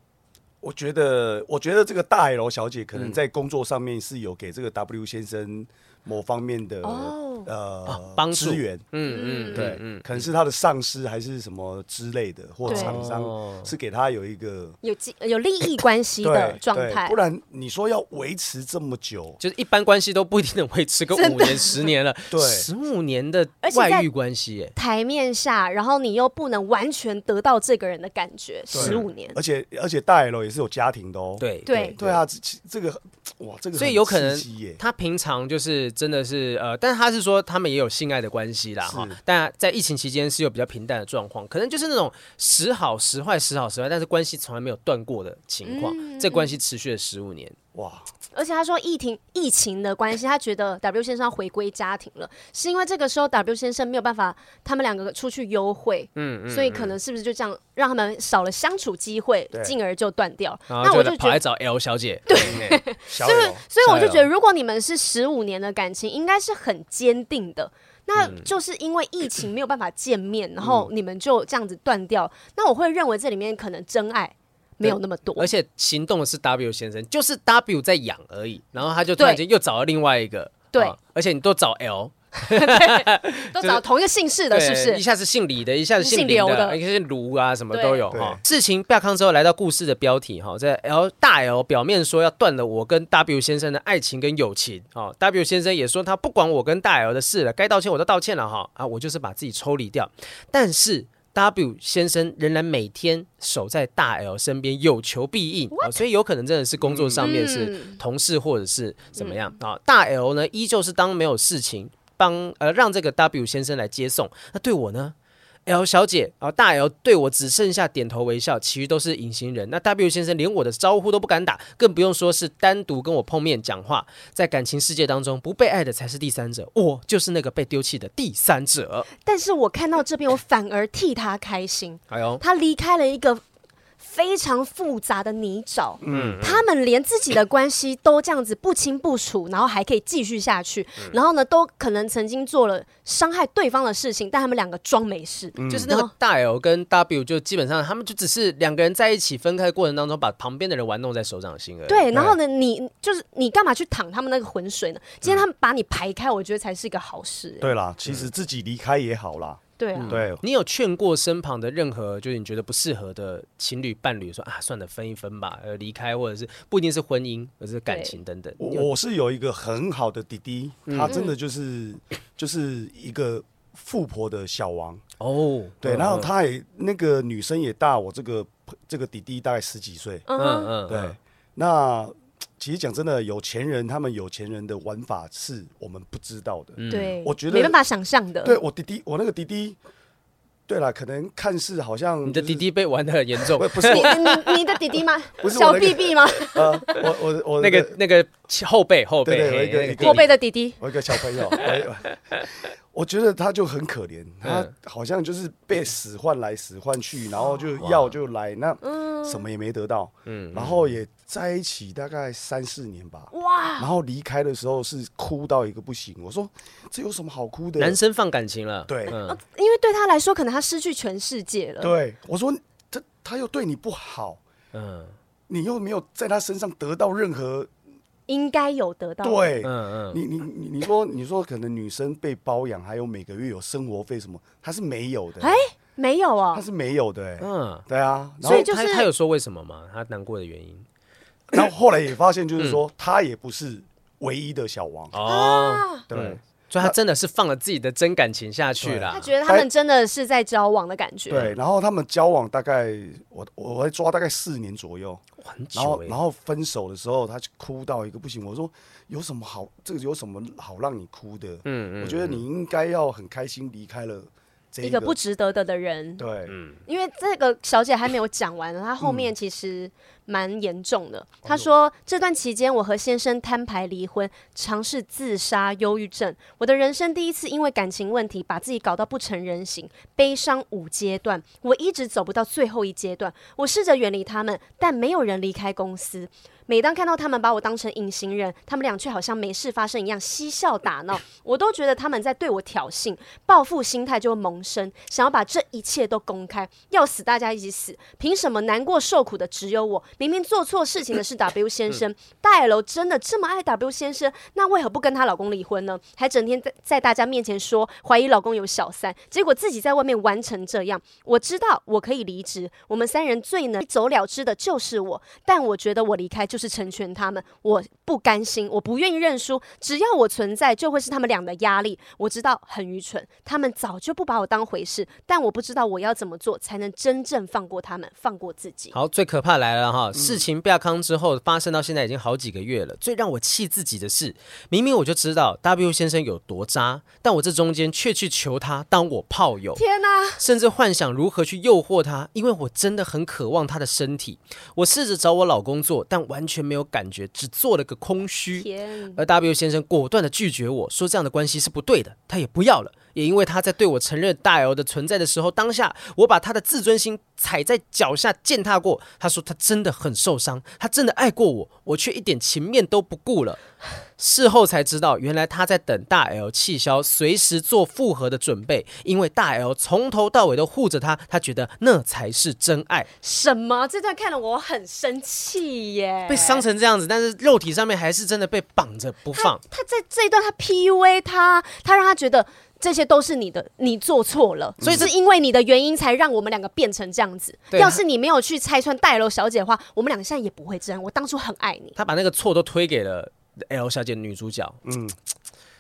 Speaker 2: 我觉得，我觉得这个大 L 小姐
Speaker 1: 嗯
Speaker 2: 可能在工作上面是有给这个 W 先生某方面的、
Speaker 3: 哦
Speaker 2: 呃
Speaker 1: 啊帮助
Speaker 2: 资源，
Speaker 1: 嗯嗯，
Speaker 2: 对，
Speaker 1: 嗯，
Speaker 2: 可能是他的上司还是什么之类的，或
Speaker 3: 对
Speaker 2: 厂
Speaker 1: 哦
Speaker 2: 商是给他有一个
Speaker 3: 有基有利益关系的
Speaker 2: 对
Speaker 3: 状
Speaker 2: 对
Speaker 3: 态
Speaker 2: 不，然你说要维持这么久，
Speaker 1: 就是一般关系都不一定能维持个
Speaker 3: 真
Speaker 1: 五年、十年了，
Speaker 2: 对
Speaker 1: 十五年的
Speaker 3: 而且在
Speaker 1: 外遇关系耶，
Speaker 3: 台面下，然后你又不能完全得到这个人的感觉，十五年
Speaker 2: 而且而且大 L 也是有家庭的哦，
Speaker 1: 对
Speaker 3: 对
Speaker 2: 对啊，这这个哇，这个
Speaker 1: 所以
Speaker 2: 很
Speaker 1: 有可
Speaker 2: 刺
Speaker 1: 能
Speaker 2: 激耶
Speaker 1: 他平常就是真的是呃，但是他是说他们也有性爱的关系啦
Speaker 2: 是
Speaker 1: 哈，但在疫情期间是有比较平淡的状况，可能就是那种时好时坏，时好时坏，但是关系从来没有断过的情况，这关系持续了十五年，
Speaker 2: 哇，
Speaker 3: 而且他说疫情疫情的关系，他觉得 W 先生要回归家庭了，是因为这个时候 W 先生没有办法，他们两个出去幽会，嗯，所以可能是不是就这样让他们少了相处机会，
Speaker 2: 对
Speaker 3: 进而就断掉。
Speaker 1: 然
Speaker 3: 那
Speaker 1: 后
Speaker 3: 我
Speaker 1: 就
Speaker 3: 就
Speaker 1: 来
Speaker 3: 觉
Speaker 1: 跑来
Speaker 3: 得。
Speaker 1: 找 L 小姐，对，
Speaker 2: 小
Speaker 3: 就是
Speaker 2: L，
Speaker 3: 所以我就觉
Speaker 2: 小
Speaker 3: 得，
Speaker 2: L
Speaker 3: 如果你们是十五年的感情，应该是很坚定的。那就是因为疫情没有办法见面，然后你们就这样子断掉。那我会认为这里面可能真爱没有那么多，
Speaker 1: 而且行动的是 W 先生，就是 W 在养而已，然后他就突然间又找了另外一个，
Speaker 3: 对
Speaker 1: 啊而且你都找 L，
Speaker 3: 都找同一个姓氏的，是不
Speaker 1: 对一
Speaker 3: 是？
Speaker 1: 下是姓李的，一下是姓
Speaker 3: 姓
Speaker 1: 林
Speaker 3: 刘
Speaker 1: 的，
Speaker 3: 的
Speaker 1: 一下是卢啊，什么
Speaker 3: 对
Speaker 1: 都有
Speaker 2: 对
Speaker 1: 哈。事情曝光之后，来到故事的标题哈，在 L 大 L 表面说要断了我跟 W 先生的爱情跟友情哦 w 先生也说他不管我跟大 L 的事了，该道歉我都道歉了哈啊，我就是把自己抽离掉，但是。W 先生仍然每天守在大 L 身边，有求必应啊、所以有可能真的是工作上面是
Speaker 3: 嗯
Speaker 1: 同事或者是怎么样啊、大 L 呢，依旧是当没有事情帮呃让这个 W 先生来接送。那对我呢，L 小姐啊、大 L 对我只剩下点头微笑，其余都是隐形人。那 W 先生连我的招呼都不敢打，更不用说是单独跟我碰面讲话。在感情世界当中，不被爱的才是第三者，我就是那个被丢弃的第三者。
Speaker 3: 但是我看到这边，我反而替他开心。
Speaker 1: 哎呦，
Speaker 3: 他离开了一个非常复杂的泥沼，嗯，他们连自己的关系都这样子不清不楚，然后还可以继续下去，然后呢，都可能曾经做了伤害对方的事情，但他们两个装没事，
Speaker 2: 嗯
Speaker 1: 就是
Speaker 3: 哦
Speaker 1: 那个大 L 跟 W 就基本上他们就只是两个人在一起分开的过程当中，把旁边的人玩弄在手掌心而已。
Speaker 3: 对，然后呢，你就是你干嘛去淌他们那个浑水呢？今天他们把你排开，我觉得才是一个好事、欸
Speaker 2: 对
Speaker 1: 嗯
Speaker 2: 啦，其实自己离开也好啦，
Speaker 3: 对啊，
Speaker 2: 对，
Speaker 1: 你有劝过身旁的任何就是你觉得不适合的情侣伴侣说啊，算了，分一分吧，呃，离开或者是不一定是婚姻，而是感情等等。你有
Speaker 2: 我我是有一个很好的弟弟，
Speaker 1: 嗯
Speaker 2: 他真的就是就是一个富婆的小王，
Speaker 1: 哦，
Speaker 2: 对，
Speaker 1: 嗯
Speaker 2: 然后，他也那个女生也大我这个这个弟弟大概十几岁，
Speaker 3: 嗯
Speaker 1: 嗯
Speaker 3: 哼，
Speaker 1: 嗯，嗯
Speaker 2: 对，，那其实讲真的，有钱人他们有钱人的玩法是我们不知道的，
Speaker 1: 嗯，
Speaker 3: 对，
Speaker 2: 我觉得
Speaker 3: 没办法想象的，
Speaker 2: 对我弟弟，我那个弟弟，对了，可能看似好像、
Speaker 1: 你的弟，弟被玩的很严重
Speaker 2: 不，不是
Speaker 3: 你
Speaker 2: 我，
Speaker 3: 你你你的弟弟吗？
Speaker 2: 不是我
Speaker 3: 小
Speaker 2: 那个
Speaker 3: B B 吗？
Speaker 2: 呃，我我我
Speaker 1: 那个那个后背后
Speaker 2: 对
Speaker 1: 背
Speaker 2: 对有一个
Speaker 1: 嘿
Speaker 2: 一个
Speaker 1: 那
Speaker 3: 后背的弟弟，
Speaker 2: 我一个小朋友，我我觉得他就很可怜，他
Speaker 1: 嗯
Speaker 2: 好像就是被使唤来使唤去，然后就要就来，那什么也没得到，
Speaker 1: 嗯
Speaker 2: 然后也在一起大概三四年吧。
Speaker 3: 哇，
Speaker 2: 然后离开的时候是哭到一个不行，我说这有什么好哭的？
Speaker 1: 男生放感情了，
Speaker 2: 对
Speaker 1: 嗯，
Speaker 3: 因为对他来说，可能他失去全世界了。
Speaker 2: 对我说他他又对你不好，
Speaker 1: 嗯
Speaker 2: 你又没有在他身上得到任何
Speaker 3: 应该有得到。，
Speaker 2: 对，
Speaker 1: 嗯嗯，
Speaker 2: 你你你你说你说可能女生被包养，还有每个月有生活费什么，她是没有的，
Speaker 3: 哎，没有
Speaker 2: 她
Speaker 3: 哦，
Speaker 2: 是没有的、哎，
Speaker 1: 嗯，
Speaker 2: 对啊，然
Speaker 3: 所
Speaker 2: 后
Speaker 3: 以就
Speaker 1: 他
Speaker 3: 是
Speaker 1: 他有说为什么吗？他难过的原因
Speaker 2: 然后后来也发现，就是说她也不是唯一的小王，
Speaker 3: 啊
Speaker 1: 哦，
Speaker 2: 对
Speaker 1: 所以他真的是放了自己的真感情下去啦
Speaker 3: 他。觉得他们真的是在交往的感觉。
Speaker 2: 对，然后他们交往大概我我会抓大概四年左右，
Speaker 1: 很
Speaker 2: 然后
Speaker 1: 久
Speaker 2: 然
Speaker 1: 哎，
Speaker 2: 后分手的时候，她就哭到一个不行，我说有什么好这个有什么好让你哭的？
Speaker 1: 嗯
Speaker 2: 我觉得你应该要很开心离开了这
Speaker 3: 一
Speaker 2: 个
Speaker 3: 个不值得的的人，
Speaker 2: 对，
Speaker 1: 嗯
Speaker 3: 因为这个小姐还没有讲完呢，她后面其实蛮严重的。她说这段期间，我和先生摊牌离婚，尝试自杀、忧郁症。我的人生第一次因为感情问题把自己搞到不成人形，悲伤五阶段，我一直走不到最后一阶段。我试着远离他们，但没有人离开公司。每当看到他们把我当成隐形人，他们俩却好像没事发生一样嬉笑打闹，我都觉得他们在对我挑衅，报复心态就会萌生，想要把这一切都公开，要死大家一起死，凭什么难过受苦的只有我？明明做错事情的是 W 先生，大 L 真的这么爱 W 先生，那为何不跟她老公离婚呢？还整天在在大家面前说怀疑老公有小三，结果自己在外面玩成这样。我知道我可以离职，我们三人最能一走了之的就是我，但我觉得我离开就是成全他们，我不甘心，我不愿意认输，只要我存在就会是他们俩的压力。我知道很愚蠢，他们早就不把我当回事，但我不知道我要怎么做才能真正放过他们，放过自己。
Speaker 1: 好，最可怕来了
Speaker 2: 嗯
Speaker 1: 哈！事情曝康之后，发生到现在已经好几个月了。最让我气自己的是，明明我就知道 W 先生有多渣，但我这中间却去求他当我炮友。
Speaker 3: 天啊哪、
Speaker 2: 啊
Speaker 1: 甚至幻想如何去诱惑他，因为我真的很渴望他的身体。我试着找我老公做，但完全没有感觉，只做了个空虚。
Speaker 3: 天，啊
Speaker 1: 而 W 先生果断的拒绝我说这样的关系是不对的，他也不要了，也因为他在对我承认大 L 的存在的时候，当下我把他的自尊心踩在脚下践踏过。他说他真的很受伤，他真的爱过我，我却一点情面都不顾了。事后才知道，原来他在等大 L 气消，随时做复合的准备，因为大 L 从头到尾都护着他，他觉得那才是真爱。
Speaker 3: 什么？这段看了我很生气耶！
Speaker 1: 被伤成这样子，但是肉体上面还是真的被绑着不放。
Speaker 3: 他在这一段他 PUA 他，他让他觉得这些都是你的，你做错了，
Speaker 1: 所以这
Speaker 3: 是因为你的原因才让我们两个变成这样子。
Speaker 1: 嗯对
Speaker 3: 要
Speaker 1: 他
Speaker 3: 是你没有去拆穿戴楼小姐的话，我们两个现在也不会这样。我当初很爱你，
Speaker 1: 他把那个错都推给了 L 小姐女主角。
Speaker 2: 嗯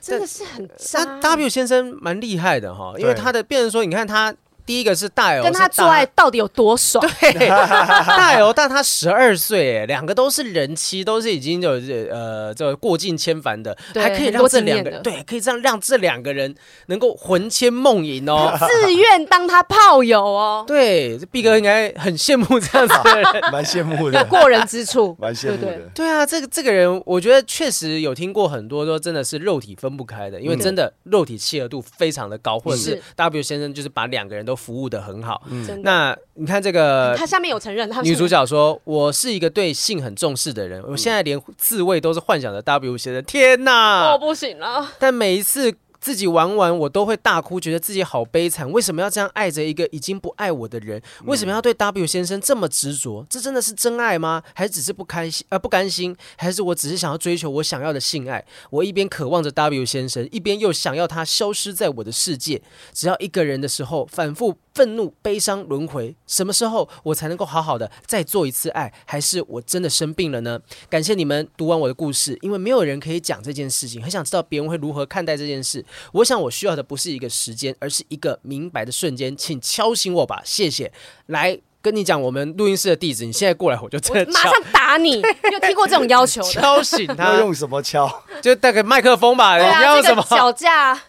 Speaker 3: 真的是啊很渣。
Speaker 1: 那 W 先生蛮厉害的哈，因为
Speaker 2: 对
Speaker 1: 他的变成说，你看他第一个是大 L
Speaker 3: 跟他
Speaker 1: 是大
Speaker 3: 做爱。到底有多爽？
Speaker 1: 对，大 L 大他十二岁，哎，两个都是人妻，都是已经有呃这个过尽千帆的，
Speaker 3: 对
Speaker 1: 还可以
Speaker 3: 很
Speaker 1: 让
Speaker 3: 多
Speaker 1: 这
Speaker 3: 经验
Speaker 1: 两个
Speaker 3: 的
Speaker 1: 对，可以让让这两个人能够魂牵梦萦哦。
Speaker 3: 自愿当他炮友哦，
Speaker 1: 对，这毕哥应该很羡慕这样子的人。
Speaker 2: 蛮羡慕 的，
Speaker 3: 过人 之处，
Speaker 2: 蛮羡慕
Speaker 3: 对
Speaker 2: 的。
Speaker 1: 对啊，这个这个人，我觉得确实有听过很多说真的是肉体分不开的，因为真的肉体契合度非常的高，或者是
Speaker 3: 嗯是
Speaker 1: W 先生就是把两个人都服务的很好。
Speaker 2: 嗯
Speaker 3: 真的。
Speaker 1: 嗯那你看这个
Speaker 3: 嗯他下面有承认，他嗯
Speaker 1: 女主
Speaker 3: 角
Speaker 1: 角说：“我是一个对性很重视的人，我现在连自慰都是幻想的 W 先生。天
Speaker 3: 我
Speaker 1: 哪！
Speaker 3: 不 行 了，
Speaker 1: 但每一次。”自己玩完，我都会大哭，觉得自己好悲惨。为什么要这样爱着一个已经不爱我的人？为什么要对 W 先生这么执着？这真的是真爱吗？还只是不开心？呃，不甘心？还是我只是想要追求我想要的性爱？我一边渴望着 W 先生，一边又想要他消失在我的世界。只要一个人的时候，反复愤怒、悲伤轮回，什么时候我才能够好好的再做一次爱？还是我真的生病了呢？感谢你们读完我的故事，因为没有人可以讲这件事情，很想知道别人会如何看待这件事。我想我需要的不是一个时间，而是一个明白的瞬间，请敲醒我吧，谢谢。来跟你讲我们录音室的地址，你现在过来我就真
Speaker 3: 我
Speaker 1: 的
Speaker 3: 马
Speaker 1: 敲
Speaker 3: 上 打你！你有听过这种要求的？
Speaker 1: 敲醒
Speaker 2: 要
Speaker 1: 他，
Speaker 2: 用什么敲？
Speaker 1: 就带个麦克风吧，
Speaker 3: 对
Speaker 1: 你要
Speaker 3: 啊，
Speaker 1: 用
Speaker 3: 这
Speaker 1: 什
Speaker 3: 个
Speaker 1: 么？
Speaker 3: 脚架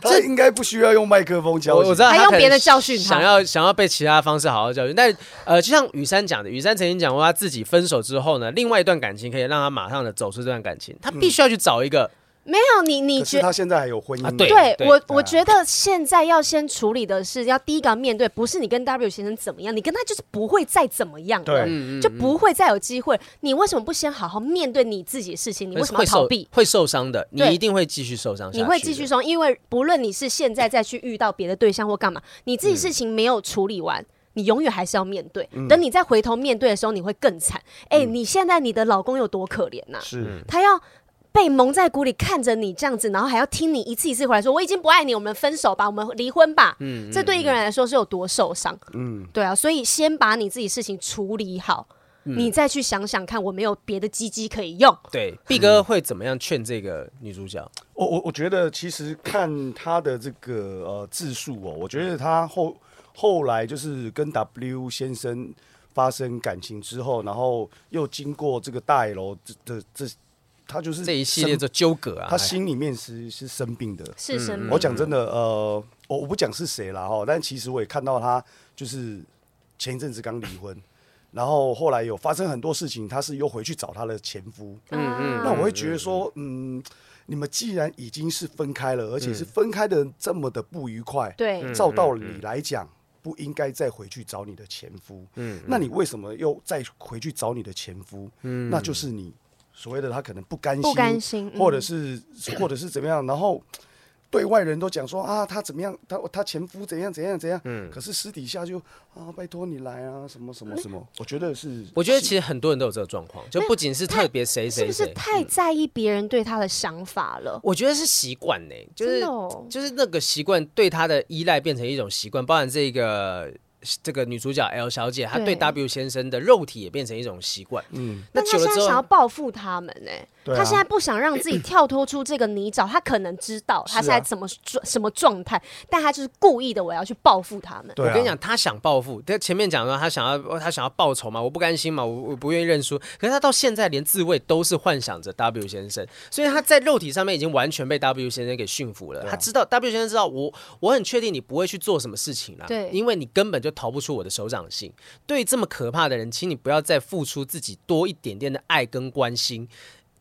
Speaker 2: 他应该不需要用麦克风敲。
Speaker 1: 我我知道
Speaker 3: 还
Speaker 1: 他
Speaker 3: 用
Speaker 1: 可能
Speaker 3: 别的教训他
Speaker 1: 想要想要被其他方式好好教训。但呃，就像雨珊讲的，雨珊曾经讲过，她自己分手之后呢，另外一段感情可以让她马上的走出这段感情，她
Speaker 3: 嗯
Speaker 1: 必须要去找一个、
Speaker 3: 没有你，你
Speaker 2: 可
Speaker 3: 觉
Speaker 2: 是他现在还有婚姻
Speaker 1: 啊
Speaker 2: 呢，
Speaker 1: 对
Speaker 3: 对我，
Speaker 1: 对
Speaker 3: 我觉得现在要先处理的是，要第一个要面对，不是你跟 W 先生怎么样，你跟他就是不会再怎么样了
Speaker 2: 对，
Speaker 1: 嗯
Speaker 3: 就不会再有机会。你为什么不先好好面对你自己的事情？你为什
Speaker 1: 呃
Speaker 3: 么
Speaker 1: 会
Speaker 3: 要逃
Speaker 1: 受
Speaker 3: 避？
Speaker 1: 会受伤的，你
Speaker 3: 对
Speaker 1: 一定会继续受伤下去
Speaker 3: 你
Speaker 1: 的，
Speaker 3: 会继续说，因为不论你是现在再去遇到别的对象或干嘛，你
Speaker 1: 嗯
Speaker 3: 自己事情没有处理完。你永远还是要面对，等你再回头面对的时候，你会更惨。哎、
Speaker 1: 嗯
Speaker 3: 你现在你的老公有多可怜啊呐、
Speaker 2: 是
Speaker 3: 他要被蒙在鼓里看着你这样子，然后还要听你一次一次回来说：“我已经不爱你，我们分手吧，我们离婚吧。”嗯，这对一个人来说是有多受伤？嗯，对啊，所以先把你自己事情处理好，你再去想想看，我没有别的鸡鸡可以用。
Speaker 1: 对，毕哥会怎么样劝这个女主角？
Speaker 2: 我我我觉得其实看他的这个呃字数哦，我觉得他后后来就是跟 W 先生发生感情之后，然后又经过这个大 L 这这这，他就是
Speaker 1: 这一系列
Speaker 2: 生
Speaker 1: 的纠葛啊，
Speaker 2: 他心里面是是生病的。
Speaker 3: 是生命，
Speaker 2: 我讲真的，呃，我我不讲是谁啦哈，哦但其实我也看到他就是前一阵子刚离婚，然后后来有发生很多事情，他是又回去找他的前夫，
Speaker 3: 嗯嗯，
Speaker 2: 那我会觉得说，嗯，你们既然已经是分开了，而且是分开的这么的不愉快，
Speaker 3: 对，
Speaker 2: 照道理来讲，不应该再回去找你的前夫。嗯，那你为什么又再回去找你的前夫？嗯，那就是你所谓的他可能不甘心，
Speaker 3: 不甘心嗯
Speaker 2: 或者是或者是怎么样，然后。对外人都讲说啊，他怎么样，他他前夫怎样怎样怎样，嗯，可是私底下就啊，拜托你来啊，什么什
Speaker 3: 嗯
Speaker 2: 么什么，我觉得是，
Speaker 1: 我觉得其实很多人都有这个状况，就不仅是特别谁
Speaker 3: 是
Speaker 1: 谁
Speaker 3: 不是
Speaker 1: 谁，嗯
Speaker 3: 太在意别人对他的想法了？
Speaker 1: 我觉得是习惯呢，就是
Speaker 3: 真的哦
Speaker 1: 就是那个习惯对他的依赖变成一种习惯，包含这个这个女主角 L 小姐，她对
Speaker 3: 对
Speaker 1: W 先生的肉体也变成一种习惯。嗯，那
Speaker 3: 但他
Speaker 1: 久
Speaker 3: 现
Speaker 1: 了之
Speaker 3: 在想要
Speaker 1: 后，
Speaker 3: 报复他们呢、
Speaker 2: 对啊
Speaker 3: 他现在不想让自己跳脱出这个泥沼，他可能知道他
Speaker 2: 是啊
Speaker 3: 现在怎么状、什么状态，但他就是故意的，我要去报复他们。
Speaker 2: 对啊
Speaker 1: 我跟你讲，她想报复。她前面讲到她想要她想要报仇嘛，我不甘心嘛，我我不愿意认输。可是她到现在连自卫都是幻想着 W 先生，所以她在肉体上面已经完全被 W 先生给驯服
Speaker 2: 啊
Speaker 1: 了。她知道 W 先生知道我，我很确定你不会去做什么事情啦，
Speaker 3: 对
Speaker 1: 因为你根本就逃不出我的手掌心。对这么可怕的人，请你不要再付出自己多一点点的爱跟关心。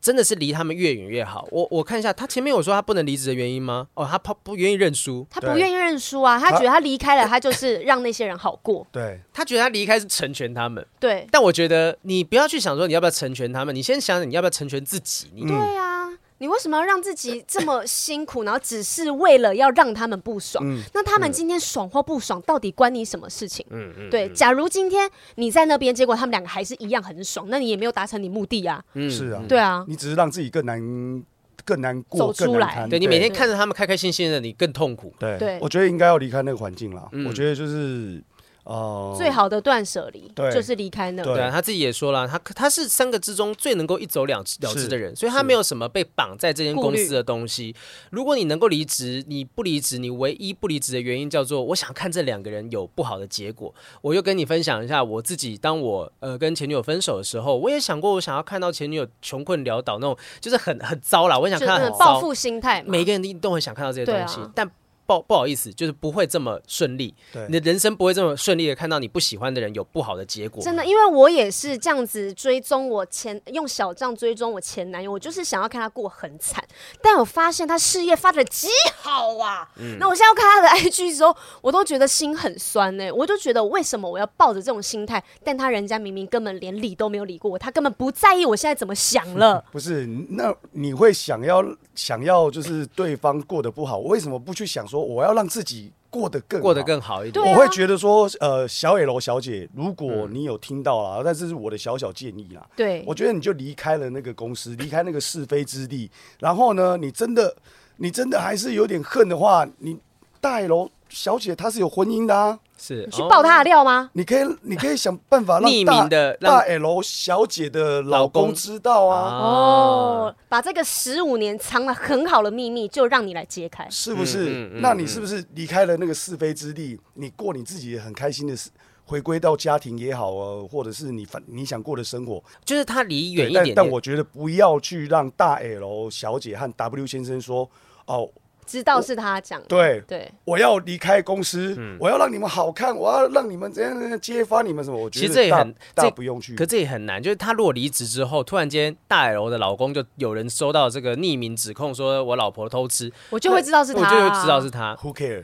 Speaker 1: 真的是离他们越远越好。我我看一下，他前面有说他不能离职的原因吗？哦，他怕不愿意认输，
Speaker 3: 他
Speaker 2: 对
Speaker 3: 不愿意认输啊，他
Speaker 2: 他
Speaker 3: 觉得他离开了，他就是让那些人好 过。
Speaker 2: 对，
Speaker 1: 他觉得他离开是成全他们。
Speaker 3: 对，
Speaker 1: 但我觉得你不要去想说你要不要成全他们，你先想想你要不要成全自己。你、
Speaker 2: 嗯
Speaker 3: 对啊，你为什么要让自己这么辛苦，然后只是为了要让他们不爽？
Speaker 2: 嗯
Speaker 3: 那他们今天爽或不爽，到底关你什么事情？嗯嗯，对。假如今天你在那边，结果他们两个还是一样很爽，那你也没有达成你目的啊。
Speaker 2: 是啊，
Speaker 3: 对啊，
Speaker 2: 你只是让自己更难、更难过、
Speaker 3: 走出
Speaker 2: 更难
Speaker 3: 来
Speaker 2: 堪。
Speaker 1: 对你每天看着他们开开心心的，你更痛苦。
Speaker 2: 对，
Speaker 3: 对
Speaker 2: 我觉得应该要离开那个环境了。
Speaker 1: 嗯
Speaker 2: 我觉得就是呃，
Speaker 3: 最好的断舍离
Speaker 2: 对
Speaker 3: 就是离开那。
Speaker 2: 对
Speaker 1: 对啊，他自己也说了，他他是三个之中最能够一走了之了之
Speaker 2: 是
Speaker 1: 的人，所以他没有什么被绑在这间公司的东西。如果你能够离职，你不离职，你唯一不离职的原因叫做我想看这两个人有不好的结果。我就跟你分享一下我自己，当我呃跟前女友分手的时候，我也想过我想要看到前女友穷困潦倒那种，就是很很糟啦，我也想
Speaker 3: 就
Speaker 1: 看到
Speaker 3: 那
Speaker 1: 很
Speaker 3: 种
Speaker 1: 糟
Speaker 3: 报复心态嘛，
Speaker 1: 每个人一定都很想看到这些东西，
Speaker 3: 对啊
Speaker 1: 但不不好意思，就是不会这么顺利。
Speaker 2: 对。
Speaker 1: 你的人生不会这么顺利的看到你不喜欢的人有不好的结果。
Speaker 3: 真的，因为我也是这样子追踪我前，用小账追踪我前男友，我就是想要看他过很惨，但我发现他事业发展极好啊。
Speaker 1: 嗯
Speaker 3: 那我现在要看他的 IG 的时候，我都觉得心很酸呢、我就觉得为什么我要抱着这种心态？但他人家明明根本连理都没有理过我，他根本不在意我现在怎么想了
Speaker 1: 嗯
Speaker 2: 不是，那你会想要想要就是对方过得不好，为什么不去想说我要让自己过得更好
Speaker 1: 过得更好一点。
Speaker 3: 对啊
Speaker 2: 我会觉得说，呃，小野楼小姐，如果
Speaker 1: 嗯
Speaker 2: 你有听到啦，但这是我的小小建议啦。
Speaker 3: 对
Speaker 2: 我觉得你就离开了那个公司，离开那个是非之地。然后呢，你真的，你真的还是有点恨的话，你大野楼小姐她是有婚姻的啊，
Speaker 1: 是
Speaker 3: 你去爆他的
Speaker 1: 哦
Speaker 3: 料吗？
Speaker 2: 你可以，你可以想办法让
Speaker 1: 匿
Speaker 2: 大
Speaker 1: 名的让
Speaker 2: 大 L 小姐的老
Speaker 1: 老
Speaker 2: 公
Speaker 1: 公
Speaker 2: 知道啊，
Speaker 3: 哦，把这个十五年藏了很好的秘密，就让你来揭开。
Speaker 2: 是不是？
Speaker 1: 嗯嗯嗯
Speaker 2: 那你是不是离开了那个是非之地，你过你自己很开心的事，回归到家庭也好啊，或者是你反你想过的生活，
Speaker 1: 就是他离远一
Speaker 2: 对
Speaker 1: 点。
Speaker 2: 但但我觉得不要去让大 L 小姐和 W 先生说哦，
Speaker 3: 知道是他讲的，
Speaker 2: 对
Speaker 3: 对，
Speaker 2: 我要离开公司，
Speaker 1: 嗯
Speaker 2: 我要让你们好看，我要让你们怎样怎样揭发你们什么？我觉
Speaker 1: 其实这
Speaker 2: 得
Speaker 1: 也
Speaker 2: 大
Speaker 1: 很
Speaker 2: 大
Speaker 1: 这
Speaker 2: 不用去
Speaker 1: 可。这也很难，就是他如果离职之后，突然间大 L 的老公就有人收到这个匿名指控，说我老婆偷吃，
Speaker 3: 我就会知道是他、啊
Speaker 1: 我就会知道是他。
Speaker 2: Who care？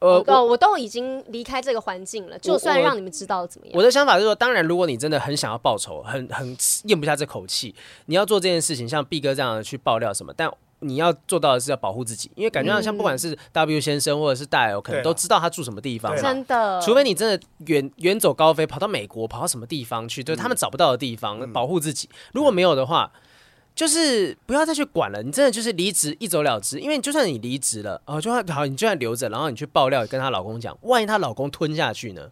Speaker 1: 呃，
Speaker 3: 我
Speaker 1: 我
Speaker 3: 我都已经离开这个环境了，就算让你们知道怎么样，
Speaker 1: 我的想法是说，当然，如果你真的很想要报仇，很很咽不下这口气，你要做这件事情，像 B 哥这样的去爆料什么，但。你要做到的是要保护自己，因为感觉上像不管是 W 先生或者是大 L，可能
Speaker 2: 对啊
Speaker 1: 都知道他住什么地方
Speaker 2: 对
Speaker 1: 嘛
Speaker 2: 啊，
Speaker 3: 真的，
Speaker 1: 除非你真的远远走高飞，跑到美国，跑到什么地方去，
Speaker 2: 嗯
Speaker 1: 就是他们找不到的地方，保护自己。如果没有的话，就是不要再去管了。你真的就是离职一走了之，因为就算你离职了，哦，就算好，你就算留着，然后你去爆料，跟她老公讲，万一她老公吞下去呢？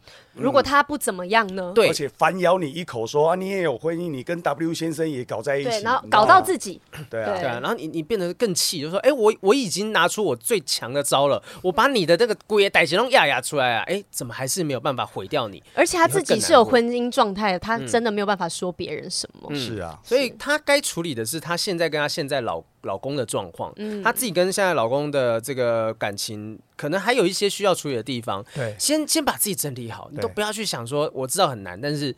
Speaker 3: 如果他不怎么样呢？
Speaker 1: 对
Speaker 2: 而，且反咬你一口说啊，你也有婚姻，你跟 W 先生也搞在一起，
Speaker 3: 对，然后
Speaker 2: 你知道
Speaker 3: 搞到
Speaker 2: 吗
Speaker 3: 自己，
Speaker 2: 对
Speaker 3: 对
Speaker 2: 啊
Speaker 1: 对啊，然后你你变得更气，就说，哎，我我已经拿出我最强的招了，我把你的那个龟也逮起弄压压出来啊，哎，怎么还是没有办法毁掉你？
Speaker 3: 而且他自己是有婚姻状态的，他
Speaker 1: 嗯
Speaker 3: 真的没有办法说别人什么。
Speaker 2: 是啊，
Speaker 1: 所以她该处理的是她现在跟她现在老老公的状况，
Speaker 2: 嗯
Speaker 1: 她自己跟现在老公的这个感情，可能还有一些需要处理的地方。
Speaker 2: 对
Speaker 1: 先先把自己整理好，你
Speaker 2: 对
Speaker 1: 都不要去想说我知道很难，但是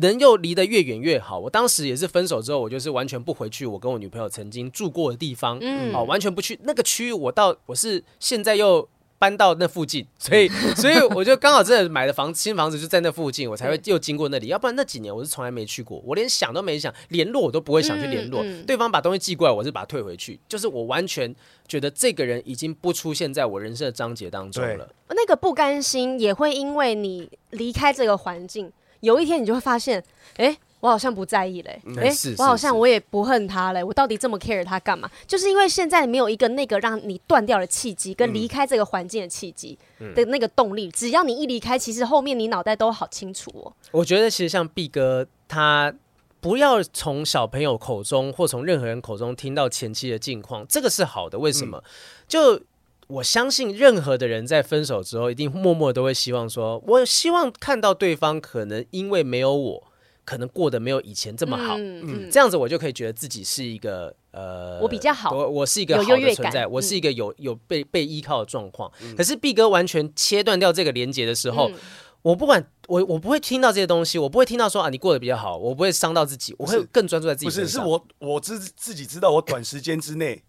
Speaker 1: 人又离得越远越好。我当时也是分手之后，我就是完全不回去我跟我女朋友曾经住过的地方，
Speaker 3: 嗯
Speaker 1: 哦，完全不去那个区域。我到我是现在又。搬到那附近，所以所以我就刚好真的买的房新房子就在那附近，我才会又经过那里，要不然那几年我是从来没去过，我连想都没想，联络我都不会想去联络。
Speaker 3: 嗯嗯
Speaker 1: 对方把东西寄过来，我是把它退回去，就是我完全觉得这个人已经不出现在我人生的章节当中
Speaker 2: 对
Speaker 1: 了。
Speaker 3: 那个不甘心也会因为你离开这个环境，有一天你就会发现，哎。我好像不在意嘞、哎、
Speaker 1: 嗯是
Speaker 3: 我好
Speaker 1: 是
Speaker 3: 像
Speaker 1: 是
Speaker 3: 我也不恨他嘞，我到底这么 care 他干嘛？就是因为现在没有一个那个让你断掉的契机，跟离开这个环境的契机
Speaker 1: 嗯
Speaker 3: 的那个动力。只要你一离开，其实后面你脑袋都好清楚哦。
Speaker 1: 我觉得其实像毕哥他。不要从小朋友口中或从任何人口中听到前妻的近况，这个是好的。为什么？就我相信，任何的人在分手之后，一定默默都会希望说，我希望看到对方可能因为没有我，可能过得没有以前这么好。
Speaker 3: 嗯嗯，
Speaker 1: 这样子我就可以觉得自己是一个呃，
Speaker 3: 我比较好
Speaker 1: 我我是一个
Speaker 3: 有
Speaker 1: 好
Speaker 3: 优越
Speaker 1: 的存在，
Speaker 3: 感嗯
Speaker 1: 我是
Speaker 2: 嗯
Speaker 3: 嗯
Speaker 1: 一个有有被被依靠的状况。可是毕哥完全切断掉这个连接的时候，我不管我我不会听到这些东西，我不会听到说啊你过得比较好，我不会伤到自己，我会更专注在自己
Speaker 2: 不
Speaker 1: 身
Speaker 2: 是，是
Speaker 1: 上。
Speaker 2: 我我自自己知道，我短时间之内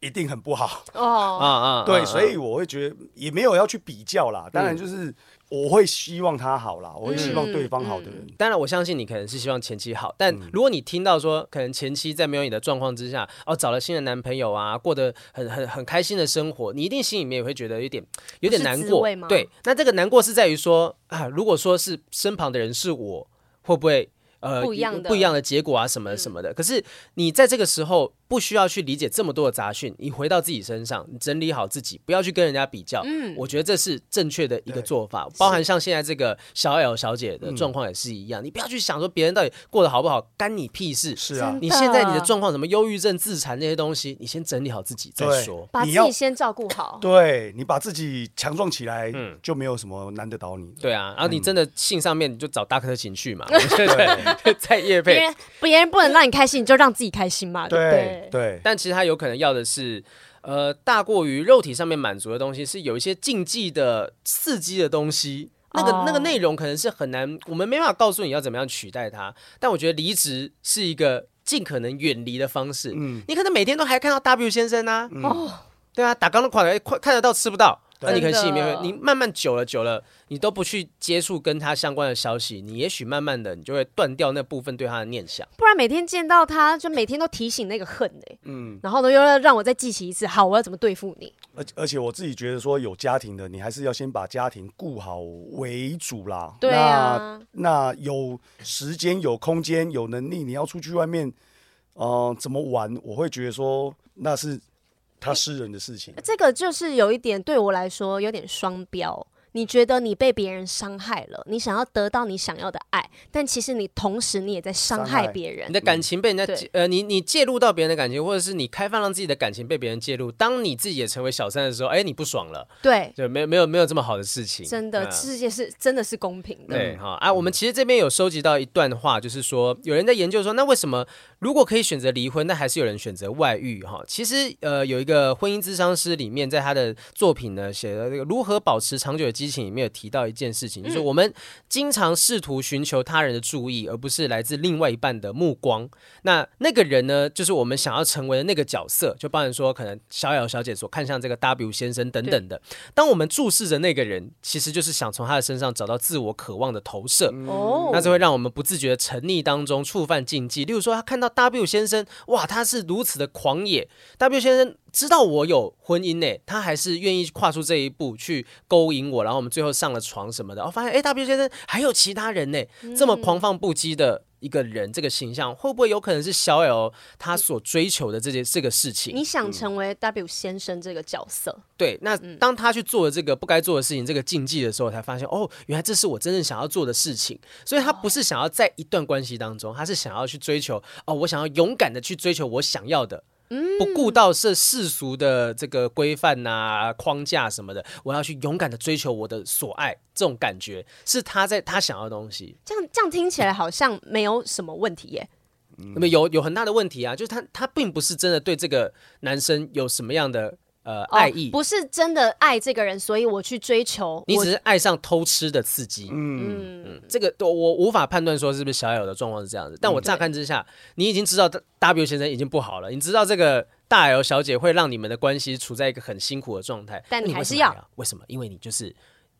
Speaker 2: 一定很不好，
Speaker 1: 啊
Speaker 3: 哦，
Speaker 1: 啊，啊
Speaker 2: 对，
Speaker 1: 啊
Speaker 2: 所以我会觉得也没有要去比较啦。当然，就是我会希望他好啦，我会希望
Speaker 1: 嗯
Speaker 2: 对方好的人。
Speaker 3: 嗯
Speaker 1: 当然，我相信你可能是希望前妻好，但如果你听到说可能前妻在没有你的状况之下，哦，找了新的男朋友啊，过得很很很开心的生活，你一定心里面也会觉得有点有点
Speaker 3: 不是
Speaker 1: 难
Speaker 3: 滋
Speaker 1: 过
Speaker 3: 味吗。
Speaker 1: 对，那这个难过是在于说啊，如果说是身旁的人是我，会不会？呃，
Speaker 3: 不一样的嗯
Speaker 1: 不一样的结果啊，什么什么的。可是你在这个时候不需要去理解这么多的杂讯，你回到自己身上，你整理好自己，不要去跟人家比较。嗯，我觉得这是正确的一个
Speaker 2: 对嗯
Speaker 1: 做法，包含像现在这个小 L 小姐的状况也是一样，你不要去想说别人到底过得好不好，干你屁事。
Speaker 2: 是啊
Speaker 3: 真，
Speaker 1: 你现在你的
Speaker 3: 的
Speaker 1: 状况，什么忧郁症、自残那些东西，你先整理好自己再
Speaker 2: 对
Speaker 1: 说。
Speaker 3: 把
Speaker 2: 你
Speaker 3: 自
Speaker 2: 要
Speaker 3: 己先照顾好。
Speaker 2: 对你把自己强壮起来，就没有什么难得倒你的。
Speaker 1: 嗯对啊，然后
Speaker 2: 嗯
Speaker 1: 你真的性上面你就找大科情 绪嘛，对对，在夜
Speaker 3: 别
Speaker 1: 配。
Speaker 3: 人别人不能让你开心，你就让自己开心嘛，不
Speaker 2: 对
Speaker 3: 对？
Speaker 2: 对，
Speaker 1: 但其实他有可能要的是，呃，大过于肉体上面满足的东西，是有一些禁忌的刺激的东西。那个、
Speaker 3: 哦
Speaker 1: 那个内容可能是很难，我们没办法告诉你要怎么样取代它。但我觉得离职是一个尽可能远离的方式。嗯，你可能每天都还看到 W 先生啊，
Speaker 3: 哦，
Speaker 1: 对啊，打钢的款哎快看得到吃不到，那你可能心里面
Speaker 3: 真
Speaker 1: 会，
Speaker 3: 的
Speaker 1: 你慢慢久了久了，你都不去接触跟他相关的消息，你也许慢慢的你就会断掉那部分对他的念想。
Speaker 3: 不然每天见到他就每天都提醒那个恨哎、
Speaker 2: 嗯，
Speaker 3: 然后呢又要让我再记起一次，好，我要怎么对付你？
Speaker 2: 而且而且我自己觉得说，有家庭的你还是要先把家庭顾好为主啦。
Speaker 3: 对啊
Speaker 2: 那，那有时间、有空间、有能力，你要出去外面，呃，怎么玩？我会觉得说那是他私人的事
Speaker 1: 哦
Speaker 2: 情。
Speaker 3: 这个就是有一点对我来说有点双标。你觉得你被别人伤害了，你想要得到你想要的爱，但其实你同时你也在伤
Speaker 2: 伤害
Speaker 3: 害别人
Speaker 1: 你。的感情被人家
Speaker 3: 对
Speaker 1: 介呃，你你介入到别人的感情，或者是你开放让自己的感情被别人介入，当你自己也成为小三的时候，哎，你不爽了，
Speaker 3: 对，
Speaker 1: 对，没有没有没有这么好的事情，
Speaker 3: 真的，
Speaker 1: 嗯
Speaker 3: 世界是真的是公平的。
Speaker 1: 对哈啊，我们其实这边有收集到一段话，就是说有人在研究说，那为什么如果可以选择离婚，那还是有人选择外遇哈？其实呃，有一个婚姻咨商师里面，在他的作品呢写的这个如何保持长久的激情里面有提到一件事情，就是我们经常试图寻求他人的注意，而不是来自另外一半的目光。那那个人呢，就是我们想要成为的那个角色，就包含说可能小雅小姐所看向这个 W 先生等等的。当我们注视着那个人，其实就是想从他的身上找到自我渴望的投射。
Speaker 3: 哦，
Speaker 1: 那这会让我们不自觉地沉溺当中，触犯禁忌。例如说，他看到 W 先生，哇，他是如此的狂野。W 先生知道我有婚姻呢，他还是愿意跨出这一步去勾引我，然后我们最后上了床什么的。我、发现，哎，W 先生还有其他人呢，这么狂放不羁的一个人，这个形象会不会有可能是小 L 他所追求的这件这个事情？
Speaker 3: 你想成为 W 先生这个角色，
Speaker 1: 对，那当他去做了这个不该做的事情，这个禁忌的时候，才发现哦，原来这是我真正想要做的事情。所以他不是想要在一段关系当中，他是想要去追求哦，我想要勇敢的去追求我想要的，不顾到这世俗的这个规范呐、框架什么的，我要去勇敢的追求我的所爱。这种感觉是他在他想要的东西，
Speaker 3: 这样这样听起来好像没有什么问题耶。
Speaker 1: 那么有有很大的问题啊，就是他他并不是真的对这个男生有什么样的呃
Speaker 3: 哦
Speaker 1: 爱意。
Speaker 3: 不是真的爱这个人，所以我去追求。
Speaker 1: 你
Speaker 3: 我
Speaker 1: 只是爱上偷吃的刺激，
Speaker 3: 嗯，
Speaker 1: 这个我我无法判断说是不是小友的状况是这样子，
Speaker 3: 嗯
Speaker 1: 但我乍看之下，你已经知道 W 先生已经不好了，你知道这个大 L 小姐会让你们的关系处在一个很辛苦的状态，
Speaker 3: 但
Speaker 1: 你
Speaker 3: 你还
Speaker 1: 为什
Speaker 3: 是
Speaker 1: 么
Speaker 3: 要
Speaker 1: 为什么？因为你就是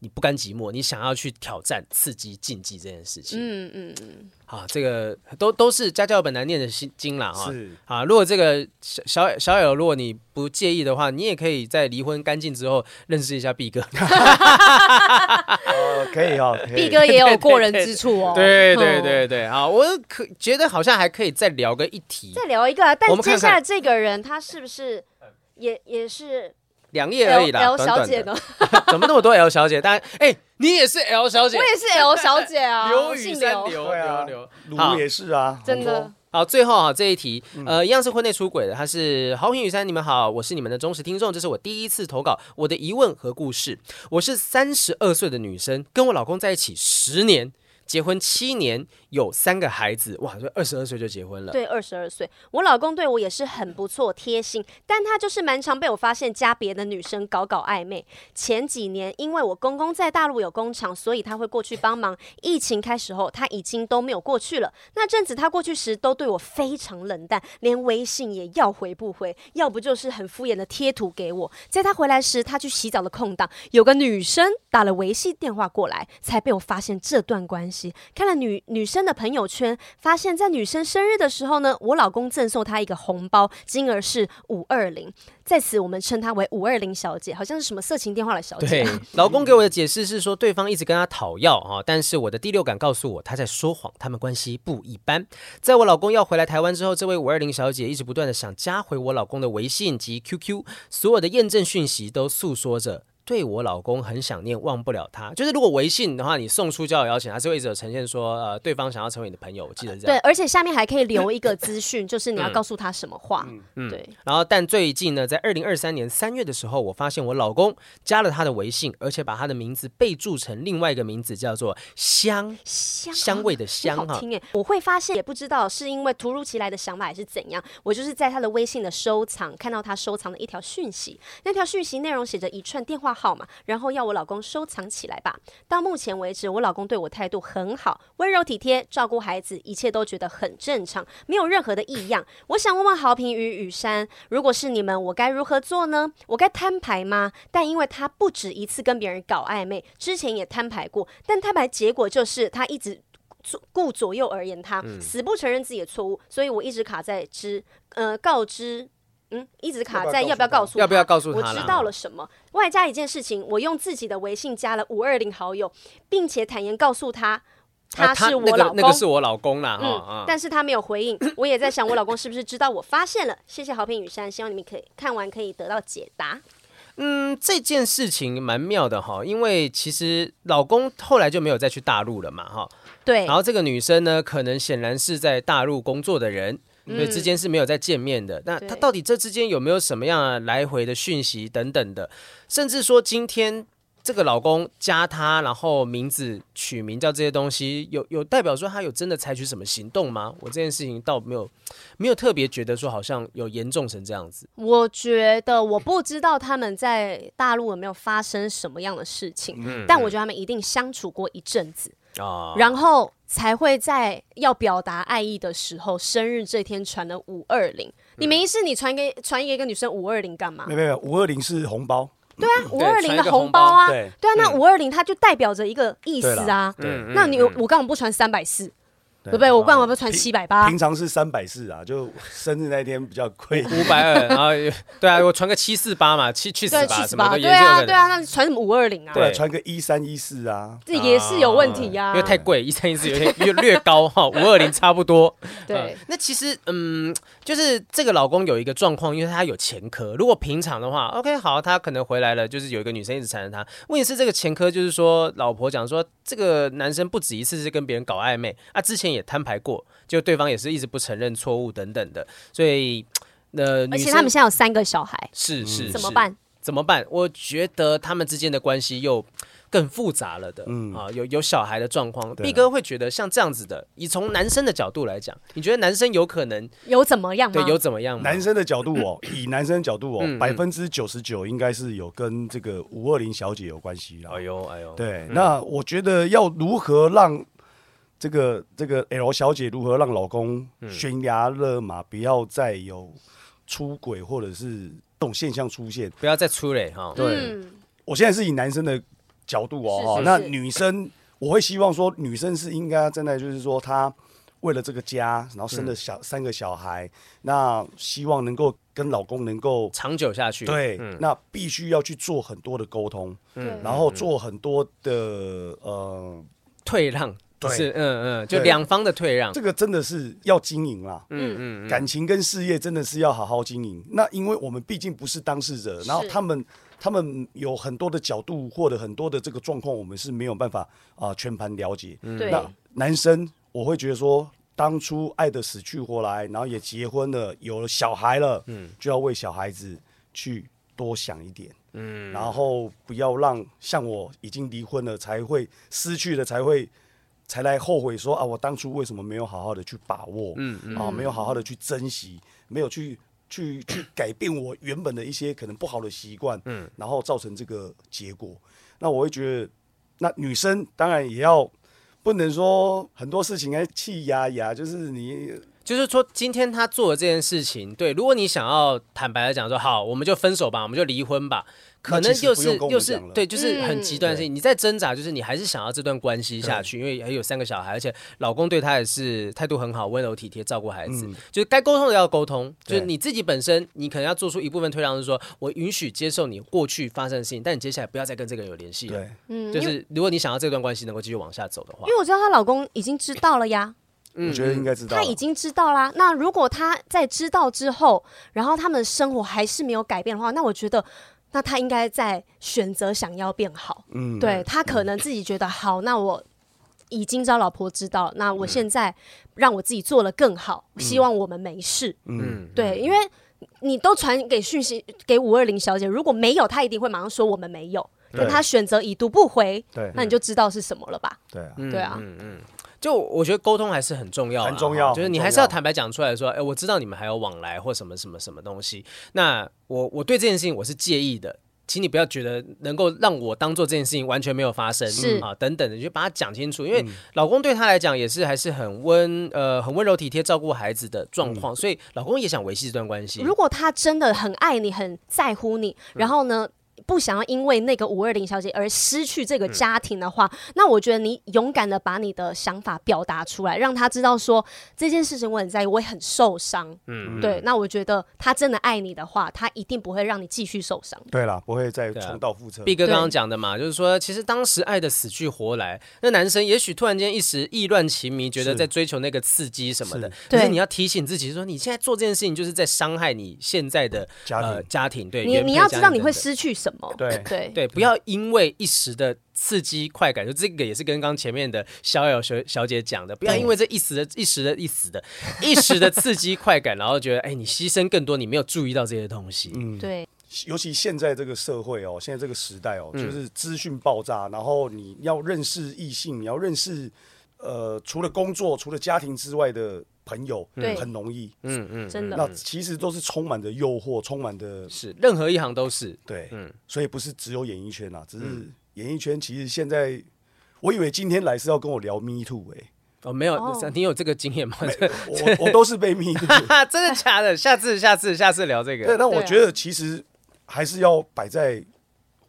Speaker 1: 你不甘寂寞，你想要去挑战、刺激、竞技这件事情。嗯嗯嗯，好，这个都都是家教本难念的心经啦啊。
Speaker 2: 是
Speaker 1: 啊，如果这个小小小友，如果你不介意的话，你也可以在离婚干净之后认识一下 B 哥。
Speaker 2: 呃，可以哈，可以
Speaker 3: 毕哥也有过人之处哦。
Speaker 1: 对对
Speaker 3: 嗯
Speaker 1: 对对，好，我可觉得好像还可以再聊个一题，
Speaker 3: 再聊一个啊，
Speaker 1: 我
Speaker 3: 但
Speaker 1: 们看
Speaker 3: 接
Speaker 1: 看
Speaker 3: 下来这个人他是不是也也是
Speaker 1: 两页而
Speaker 3: L
Speaker 1: 已啦
Speaker 3: L
Speaker 1: 短
Speaker 3: 小
Speaker 1: 短
Speaker 3: 姐
Speaker 1: 的
Speaker 3: 呢？
Speaker 1: 怎么那么多 L 小姐？但哎、你也是 L 小姐
Speaker 3: 我，也是 L 小姐啊，
Speaker 1: 刘
Speaker 3: 我
Speaker 1: 雨
Speaker 3: 姓
Speaker 1: 山
Speaker 3: 刘，
Speaker 1: 刘
Speaker 2: 对啊
Speaker 1: 刘刘，好
Speaker 2: 卢也是啊，
Speaker 3: 真
Speaker 2: 很多
Speaker 3: 的。
Speaker 1: 好，最后啊这一题，
Speaker 2: 嗯
Speaker 1: 呃，一样是婚内出轨的，他是豪平雨山，你们好，我是你们的忠实听众，这是我第一次投稿我的疑问和故事。我是三十二岁的女生，跟我老公在一起十年。结婚七年，有三个孩子，哇，就二十二岁就结婚了。
Speaker 3: 对，二十二岁，我老公对我也是很不错，贴心，但他就是蛮常被我发现加别的女生搞搞暧昧。前几年因为我公公在大陆有工厂，所以他会过去帮忙。疫情开始后，他已经都没有过去了。那阵子他过去时都对我非常冷淡，连微信也要回不回，要不就是很敷衍的贴图给我。在他回来时，他去洗澡的空档，有个女生打了微信电话过来，才被我发现这段关系。看了女女生的朋友圈，发现在女生生日的时候呢，我老公赠送她一个红包，金额是五二零，在此我们称她为五二零小姐，好像是什么色情电话的小姐
Speaker 1: 对。， 老公给我的解释是说，对方一直跟他讨要啊，但是我的第六感告诉我他在说谎，他们关系不一般。在我老公要回来台湾之后，这位五二零小姐一直不断的想加回我老公的微信及 QQ，所有的验证讯息都诉说着。对我老公很想念，忘不了他。就是如果微信的话，你送出交友邀请，他是会一直有呈现说，呃，对方想要成为你的朋友。我记得是这样。
Speaker 3: 对，而且下面还可以留一个 资讯，就是你要告诉他什么话。
Speaker 1: 嗯
Speaker 3: 对，
Speaker 1: 然后，但最近呢，在二零二三年三月的时候，我发现我老公加了他的微信，而且把他的名字备注成另外一个名字，叫做香
Speaker 3: 香
Speaker 1: 香啊味的香
Speaker 3: 好
Speaker 1: 哈。
Speaker 3: 听哎、我会发现也不知道是因为突如其来的想法还是怎样，我就是在他的微信的收藏看到他收藏的一条讯息，那条讯息内容写着一串电话号码，然后要我老公收藏起来吧。到目前为止，我老公对我态度很好，温柔体贴，照顾孩子，一切都觉得很正常，没有任何的异样。我想问问豪平与雨山，如果是你们，我该如何做呢？我该摊牌吗？但因为他不止一次跟别人搞暧昧，之前也摊牌过，但摊牌结果就是他一直左顾左右而言他，
Speaker 1: 嗯
Speaker 3: 死不承认自己的错误，所以我一直卡在知呃告知。嗯，一直卡在要
Speaker 2: 要不要
Speaker 3: 不要告
Speaker 2: 告
Speaker 3: 诉
Speaker 2: 诉
Speaker 1: 他要不要告诉
Speaker 3: 我
Speaker 1: 他
Speaker 3: 知
Speaker 1: 啦
Speaker 3: 道了什么？外加一件事情，我用自己的微信加了五二零好友，并且坦言告诉他
Speaker 1: 啊
Speaker 3: 他是我
Speaker 1: 那
Speaker 3: 老
Speaker 1: 个
Speaker 3: 公，
Speaker 1: 那个是我老公啦哈
Speaker 3: 嗯，
Speaker 1: 啊。
Speaker 3: 但是他没有回应。我也在想，我老公是不是知道我发现了？谢谢好评雨山，希望你们可以看完可以得到解答。
Speaker 1: 嗯，这件事情蛮妙的哈，因为其实老公后来就没有再去大陆了嘛哈。
Speaker 3: 对
Speaker 1: 然，后这个女生呢，可能显然是在大陆工作的人，所以之间是没有再见面的。那
Speaker 3: 嗯对
Speaker 1: 她到底这之间有没有什么样的来回的讯息等等的，甚至说今天。这个老公加她，然后名字取名叫这些东西，有有代表说他有真的采取什么行动吗？我这件事情倒没有，没有特别觉得说好像有严重成这样子。
Speaker 3: 我觉得我不知道他们在大陆有没有发生什么样的事情，但我觉得他们一定相处过一阵子，
Speaker 1: 嗯啊，
Speaker 3: 然后才会在要表达爱意的时候，生日这天传了五二
Speaker 1: 嗯
Speaker 3: 零。你没事，你传给传一个女生五二零干嘛
Speaker 2: 没？有没有，五二零是红包，
Speaker 3: 对啊，五二
Speaker 1: 传
Speaker 3: 零
Speaker 1: 一
Speaker 3: 的
Speaker 1: 个
Speaker 3: 红
Speaker 1: 红包嗯
Speaker 3: 包啊，
Speaker 2: 对
Speaker 3: 对啊，那五二零它就代表着一个意思
Speaker 2: 对
Speaker 3: 啊
Speaker 2: 啦。对，
Speaker 3: 那你我干嘛不传三百四？对
Speaker 1: 啊
Speaker 3: 不对？我干嘛不传七百八
Speaker 2: 平？常是三百四啊，就生日那天比较贵。
Speaker 1: 五百二，然后对啊，我传个七四八嘛，七去
Speaker 3: 对
Speaker 1: 死，
Speaker 3: 去
Speaker 1: 吧，
Speaker 3: 死
Speaker 1: 什么
Speaker 3: 吧！
Speaker 1: 的
Speaker 3: 对
Speaker 1: 也是有
Speaker 3: 啊，
Speaker 1: 可
Speaker 3: 对
Speaker 1: 能。
Speaker 3: 啊，那你传什么五二零啊？
Speaker 2: 对，
Speaker 1: 对
Speaker 2: 穿个一三一四啊，
Speaker 3: 这也是有问题
Speaker 1: 因
Speaker 3: 呀
Speaker 1: 为。太贵，一三一四有点略略高哈，五二零差不多。
Speaker 3: 对
Speaker 1: 嗯，那其实嗯，就是这个老公有一个状况，因为他有前科。如果平常的话，OK，好，他可能回来了，就是有一个女生一直缠着他。问题是这个前科就是说，老婆讲说这个男生不止一次是跟别人搞暧昧啊，之前也摊牌过，就对方也是一直不承认错误等等的，所以呃，
Speaker 3: 而
Speaker 1: 女
Speaker 3: 且
Speaker 1: 生
Speaker 3: 他们现在有三个小孩，
Speaker 1: 是是
Speaker 3: 怎么
Speaker 1: 是
Speaker 3: 办？
Speaker 1: 怎么办？我觉得他们之间的关系又更复杂了的，啊，有有小孩的状况。
Speaker 2: 嗯啊
Speaker 1: 毕哥会觉得像这样子的，以从男生的角度来讲，你觉得男生有可能
Speaker 3: 有怎么样吗？
Speaker 1: 对有怎么样吗？
Speaker 2: 男生的角度 哦，以男生的角度
Speaker 1: 嗯
Speaker 2: 哦，百分之九十九应该是有跟这个五二零小姐有关系啦
Speaker 1: 哎。呦哎呦，
Speaker 2: 对，那我觉得要如何让这个这个 L 小姐如何让老公
Speaker 1: 嗯
Speaker 2: 悬崖勒马，不要再有出轨或者是这种现象出现。
Speaker 1: 不要再出嘞哈。
Speaker 2: 对，
Speaker 3: 嗯
Speaker 2: 我现在是以男生的角度哦，
Speaker 3: 是
Speaker 2: 哈
Speaker 3: 是
Speaker 2: 那
Speaker 3: 是
Speaker 2: 女生我会希望说，女生是应该站在就是说她为了这个家，然后生了小、三个小孩，那希望能够跟老公能够
Speaker 1: 长久下去，
Speaker 2: 对，
Speaker 1: 嗯
Speaker 2: 那必须要去做很多的沟通，
Speaker 3: 对
Speaker 2: 然后做很多的呃，
Speaker 1: 退让
Speaker 2: 对
Speaker 1: 是嗯嗯，就
Speaker 2: 对
Speaker 1: 两方的退让，
Speaker 2: 这个真的是要经营啦。
Speaker 3: 嗯，
Speaker 1: 嗯嗯，
Speaker 2: 感情跟事业真的是要好好经营。那因为我们毕竟不是当事者，然后他们他们有很多的角度或者很多的这个状况，我们是没有办法啊、全盘了解。
Speaker 3: 对
Speaker 2: 那男生我会觉得说，当初爱的死去活来，然后也结婚了，有了小孩了，就要为小孩子去多想一点。嗯，然后不要让像我已经离婚了才会失去了才会才来后悔说啊，我当初为什么没有好好的去把握？
Speaker 1: 嗯
Speaker 2: 啊，没有好好的去珍惜，没有去去去改变我原本的一些可能不好的习惯，嗯，然后造成这个结果。那我会觉得，那女生当然也要不能说很多事情还气压压，就是你
Speaker 1: 就是说，今天他做的这件事情，对，如果你想要坦白的讲说，好，我们就分手吧，我们就离婚吧，可能
Speaker 2: 其实
Speaker 1: 又
Speaker 2: 不
Speaker 1: 是
Speaker 2: 用跟我
Speaker 1: 又
Speaker 2: 们
Speaker 1: 是
Speaker 2: 讲了
Speaker 1: 对，就是很极端的事情。你在挣扎，就是你还是想要这段关系下
Speaker 2: 对
Speaker 1: 去，因为还有三个小孩，而且老公对他也是态度很好，温柔体贴，照顾孩子，就是该沟通的要沟通。就是
Speaker 2: 嗯对
Speaker 1: 你自己本身，你可能要做出一部分退让，是说我允许接受你过去发生的事情，但你接下来不要再跟这个人有联系了。
Speaker 2: 对
Speaker 3: 嗯，
Speaker 1: 就
Speaker 3: 因为
Speaker 1: 是如果你想要这段关系能够继续往下走的话
Speaker 3: 因，为我知道她老公已经知道了呀，
Speaker 2: 我觉得应该知道
Speaker 3: 他
Speaker 2: 了，
Speaker 3: 嗯已经知道啦。那如果他在知道之后，然后他们的生活还是没有改变的话，那我觉得，那他应该在选择想要变好。
Speaker 2: 嗯，
Speaker 3: 对他可能自己觉得好，那我已经知道老婆知道，那我现在让我自己做了更好，希望我们没事。
Speaker 1: 嗯，
Speaker 3: 对，因为你都传给讯息给五二零小姐，如果没有，她一定会马上说我们没有。
Speaker 2: 对
Speaker 3: 但她选择已读不回，
Speaker 2: 对
Speaker 3: 那你就知道是什么了吧？
Speaker 2: 对啊，
Speaker 1: 嗯
Speaker 3: 对啊，
Speaker 1: 就我觉得沟通还是很重要啦，
Speaker 2: 很重要
Speaker 1: 哈就是你
Speaker 2: 很重要
Speaker 1: 还是要坦白讲出来说，哎、我知道你们还有往来或什么什么什么东西。那我我对这件事情我是介意的，请你不要觉得能够让我当做这件事情完全没有发生，
Speaker 3: 是
Speaker 1: 啊等等的，你就把它讲清楚。因为
Speaker 2: 嗯
Speaker 1: 老公对她来讲也是还是很温呃很温柔体贴照顾孩子的状
Speaker 2: 嗯
Speaker 1: 况，所以老公也想维系这段关系。
Speaker 3: 如果他真的很爱你，很在乎你，
Speaker 1: 嗯
Speaker 3: 然后呢，不想要因为那个五二零小姐而失去这个家庭的
Speaker 1: 嗯
Speaker 3: 话，那我觉得你勇敢的把你的想法表达出来，让他知道说这件事情我很在意，我也很受伤。嗯，对。那我觉得他真的爱你的话，他一定不会让你继续受伤。
Speaker 2: 对了，不会再
Speaker 1: 对啊
Speaker 2: 重蹈覆辙。
Speaker 1: 毕哥
Speaker 3: 对
Speaker 1: 刚刚讲的嘛，就是说，其实当时爱的死去活来，那男生也许突然间一时意乱情迷，觉得在追求那个刺激什么的
Speaker 2: 是。
Speaker 1: 可是
Speaker 3: 对
Speaker 1: 你要提醒自己说，你现在做这件事情就是在伤害你现在的
Speaker 2: 家庭
Speaker 1: 呃、家庭，对，
Speaker 3: 你
Speaker 1: 原配
Speaker 3: 你要
Speaker 1: 家
Speaker 3: 知道
Speaker 1: 庭
Speaker 3: 你会
Speaker 1: 等等
Speaker 3: 失去什么。
Speaker 2: 对
Speaker 3: 对
Speaker 1: 对，不要因为一时的刺激快感，就这个也是跟刚前面的逍遥小小姐讲的，不要因为这一时的一时的一时的一时的刺激快感，然后觉得哎，你牺牲更多，你没有注意到这些东西。
Speaker 2: 嗯
Speaker 3: 对
Speaker 2: 尤其现在这个社会哦，现在这个时代
Speaker 3: 嗯
Speaker 2: 哦，就是资讯爆炸，然后你要认识异性，你要认识呃，除了工作、除了家庭之外的朋友，
Speaker 3: 对
Speaker 2: 很容易。
Speaker 1: 嗯嗯，
Speaker 3: 真
Speaker 2: 那
Speaker 3: 的。
Speaker 2: 其实都是充满着诱惑，充满着
Speaker 1: 是，任何一行都是。
Speaker 2: 对，
Speaker 1: 嗯
Speaker 2: 所以不是只有演艺圈啦，啊只是演艺圈其实现在，我以为今天来是要跟我聊 Me Too 哎、
Speaker 1: 哦，没有，
Speaker 3: 哦
Speaker 1: 你有这个经验吗？
Speaker 2: 我我都是被 Me Too，
Speaker 1: 哈， 真的假的？下次，下次，下次聊这
Speaker 2: 对，
Speaker 1: 个。
Speaker 2: 但
Speaker 3: 对
Speaker 2: 我
Speaker 3: 啊
Speaker 2: 觉得其实还是要摆在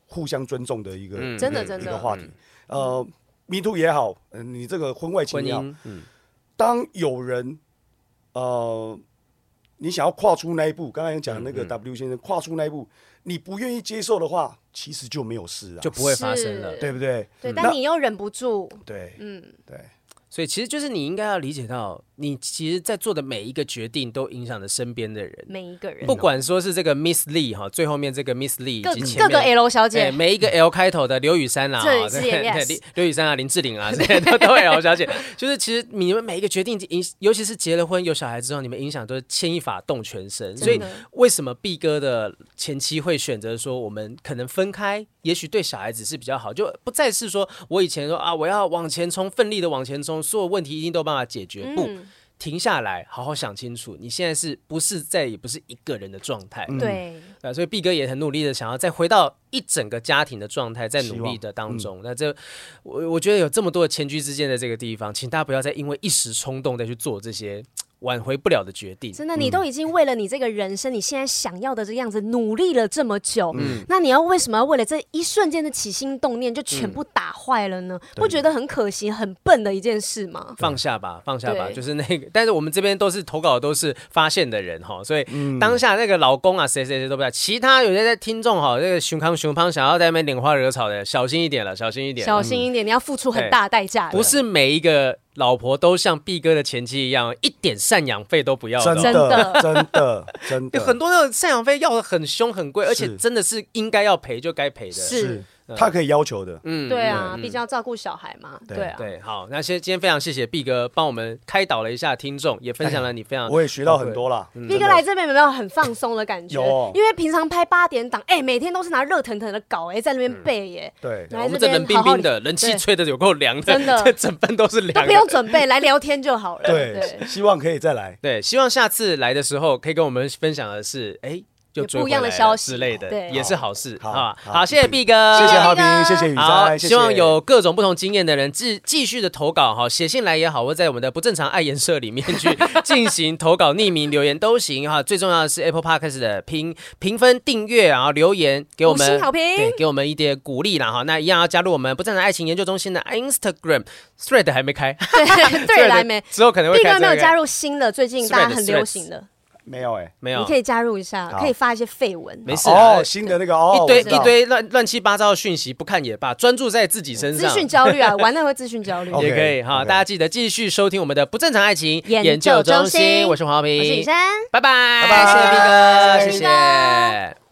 Speaker 2: 互相尊重的一个、
Speaker 1: 嗯
Speaker 3: 真的
Speaker 2: 一个
Speaker 3: 真的
Speaker 2: 一个话题。呃，Me Too 也好，呃你这个婚外情
Speaker 1: 婚
Speaker 2: 也好，
Speaker 1: 姻，嗯，
Speaker 2: 当有人呃，你想要跨出那一步，刚才讲那
Speaker 1: 嗯
Speaker 2: 个 W 先生跨出那一步，你不愿意接受的话，其实就没有事啊
Speaker 1: 就，不会发生了
Speaker 3: 是。
Speaker 2: 对不对？
Speaker 1: 嗯
Speaker 3: 对，
Speaker 2: 那
Speaker 3: 但你又忍不住，
Speaker 2: 对，
Speaker 3: 嗯，
Speaker 2: 对，
Speaker 1: 所以其实就是你应该要理解到，你其实在做的每一个决定都影响着身边的人，
Speaker 3: 每一个人
Speaker 1: 不管说是这个 Miss Lee 哈，最后面这个 Miss Lee
Speaker 3: 各
Speaker 1: 以及前
Speaker 3: 各
Speaker 1: 面
Speaker 3: 个 L 小
Speaker 1: 哎，
Speaker 3: 姐，嗯
Speaker 1: 每一个 L 开头的刘雨珊啦，
Speaker 3: 这
Speaker 1: 哦
Speaker 3: 里是
Speaker 1: 对对
Speaker 3: yes
Speaker 1: 对 刘雨珊啊，林志玲啊， 这些都都 L 小姐，就是其实你们每一个决定影，尤其是结了婚有小孩之后，你们影响都是牵一发动全身。所以
Speaker 3: 的
Speaker 1: 为什么 B 哥的前妻会选择说我们可能分开，也许对小孩子是比较好，就不再是说我以前说啊我要往前冲，奋力的往前冲，所有问题一定都有办法解决，不。
Speaker 3: 嗯
Speaker 1: 停下来，好好想清楚，你现在是不是在也不是一个人的状态？
Speaker 3: 对，
Speaker 1: 对啊，所以 B 哥也很努力的想要再回到一整个家庭的状态，在努力的当中。那这我我觉得有这么多的前居之鉴在这个地方，请大家不要再因为一时冲动再去做这些嘖挽回不了的决定。
Speaker 3: 真的，你都已经为了你这个人生，你现在想要的这个样子努力了这么久，
Speaker 1: 嗯
Speaker 3: 那你要为什么要为了这一瞬间的起心动念就
Speaker 1: 嗯
Speaker 3: 全部打坏了呢？不觉得很可惜、很笨的一件事吗？
Speaker 1: 放下吧，放下吧，
Speaker 3: 对
Speaker 1: 就是那个。但是我们这边都是投稿的都是发现的人哈，所以当下那个老公啊，谁谁谁都不在。其他有些在听众哈，那个熊康熊康想要在那边拈花惹草的，小心一点了，小心一点嗯了。
Speaker 3: 小心一点，你要付出很大的代价的。
Speaker 1: 哎不是每一个老婆都像 B 哥的前妻一样，一点赡养费都不要的哦。
Speaker 2: 真的，真的，真
Speaker 1: 有很
Speaker 2: 的，
Speaker 1: 多那种赡养费要的很凶很贵，而且
Speaker 2: 是
Speaker 1: 真的是应该要赔就该赔的。
Speaker 3: 是
Speaker 2: 是他可以要求的。
Speaker 1: 嗯
Speaker 3: 对啊，
Speaker 1: 嗯
Speaker 3: 毕竟要照顾小孩嘛，
Speaker 2: 对
Speaker 3: 对啊，
Speaker 1: 对，好，那先今天非常谢谢毕哥帮我们开导了一下听众，也分享了你非常
Speaker 2: 我也学到很多
Speaker 1: 哦
Speaker 2: 啦。嗯
Speaker 3: 毕哥来这边有没有很放松的感觉？
Speaker 2: 有哦
Speaker 3: 因为平常拍八点档，哎、每天都是拿热腾腾的稿，哎、在那边背耶、
Speaker 2: 对，
Speaker 3: 来
Speaker 1: 我们这
Speaker 3: 这边
Speaker 1: 冷冰
Speaker 3: 好好
Speaker 1: 冰的，人气吹的有够凉的，
Speaker 3: 真 的
Speaker 1: 这整份都是凉
Speaker 3: 都
Speaker 1: 的，
Speaker 3: 不用准备，来聊天就好了。
Speaker 2: 对， 希望可以再来。
Speaker 1: 对，希望下次来的时候可以跟我们分享的是，哎，就
Speaker 3: 有
Speaker 1: 追
Speaker 3: 不一样
Speaker 1: 回
Speaker 3: 的
Speaker 1: 来
Speaker 3: 消
Speaker 1: 了
Speaker 3: 息
Speaker 1: 之类的，
Speaker 3: 对
Speaker 1: 也是好事
Speaker 2: 好
Speaker 1: 啊。
Speaker 2: 好嗯
Speaker 1: 好，谢谢毕哥，
Speaker 2: 谢谢
Speaker 3: 好
Speaker 2: 浩平，谢谢雨
Speaker 1: 好，
Speaker 2: 斋，
Speaker 1: 希望有各种不同经验的人继继续的投稿哈，写信来也好，或在我们的不正常爱言社里面去 进行投稿，匿名留言都行哈。最重要的是 Apple Podcast 的评评分、订阅，然后留言给我
Speaker 3: 五
Speaker 1: 们
Speaker 3: 星好评
Speaker 1: 对，给我们一点鼓励啦哈。那一样要加入我们不正常爱情研究中心的 Instagram thread 还没开，
Speaker 3: 对 对，来没
Speaker 1: thread？之 后可能会
Speaker 3: 毕
Speaker 1: 开
Speaker 3: 哥没有加
Speaker 1: 入，
Speaker 3: 入新的，最近大家很流行的，
Speaker 2: 没有哎，
Speaker 1: 没
Speaker 3: 你
Speaker 1: 有
Speaker 3: 可。以加入一下，
Speaker 2: 好
Speaker 3: 可以发一些绯闻，
Speaker 1: 没事啊
Speaker 2: 哦，新的那个哦，
Speaker 1: 一堆
Speaker 2: 我知道
Speaker 1: 一堆乱乱七八糟的讯息不看也罢，专注在自己身
Speaker 3: 资
Speaker 1: 上。
Speaker 3: 讯焦虑啊，玩那会资讯焦虑。
Speaker 2: OK
Speaker 1: 也可以哈，
Speaker 2: OK
Speaker 1: 大家记得继续收听我们的不正常爱情
Speaker 3: 研
Speaker 1: 研
Speaker 3: 究
Speaker 1: 究
Speaker 3: 中
Speaker 1: 中心，
Speaker 3: 心
Speaker 1: 我是黄浩平，
Speaker 3: 我是雨珊。
Speaker 1: 拜拜，
Speaker 2: 拜拜
Speaker 1: 谢谢毕哥，
Speaker 3: 谢谢
Speaker 1: 谢
Speaker 3: 毕哥
Speaker 1: 谢。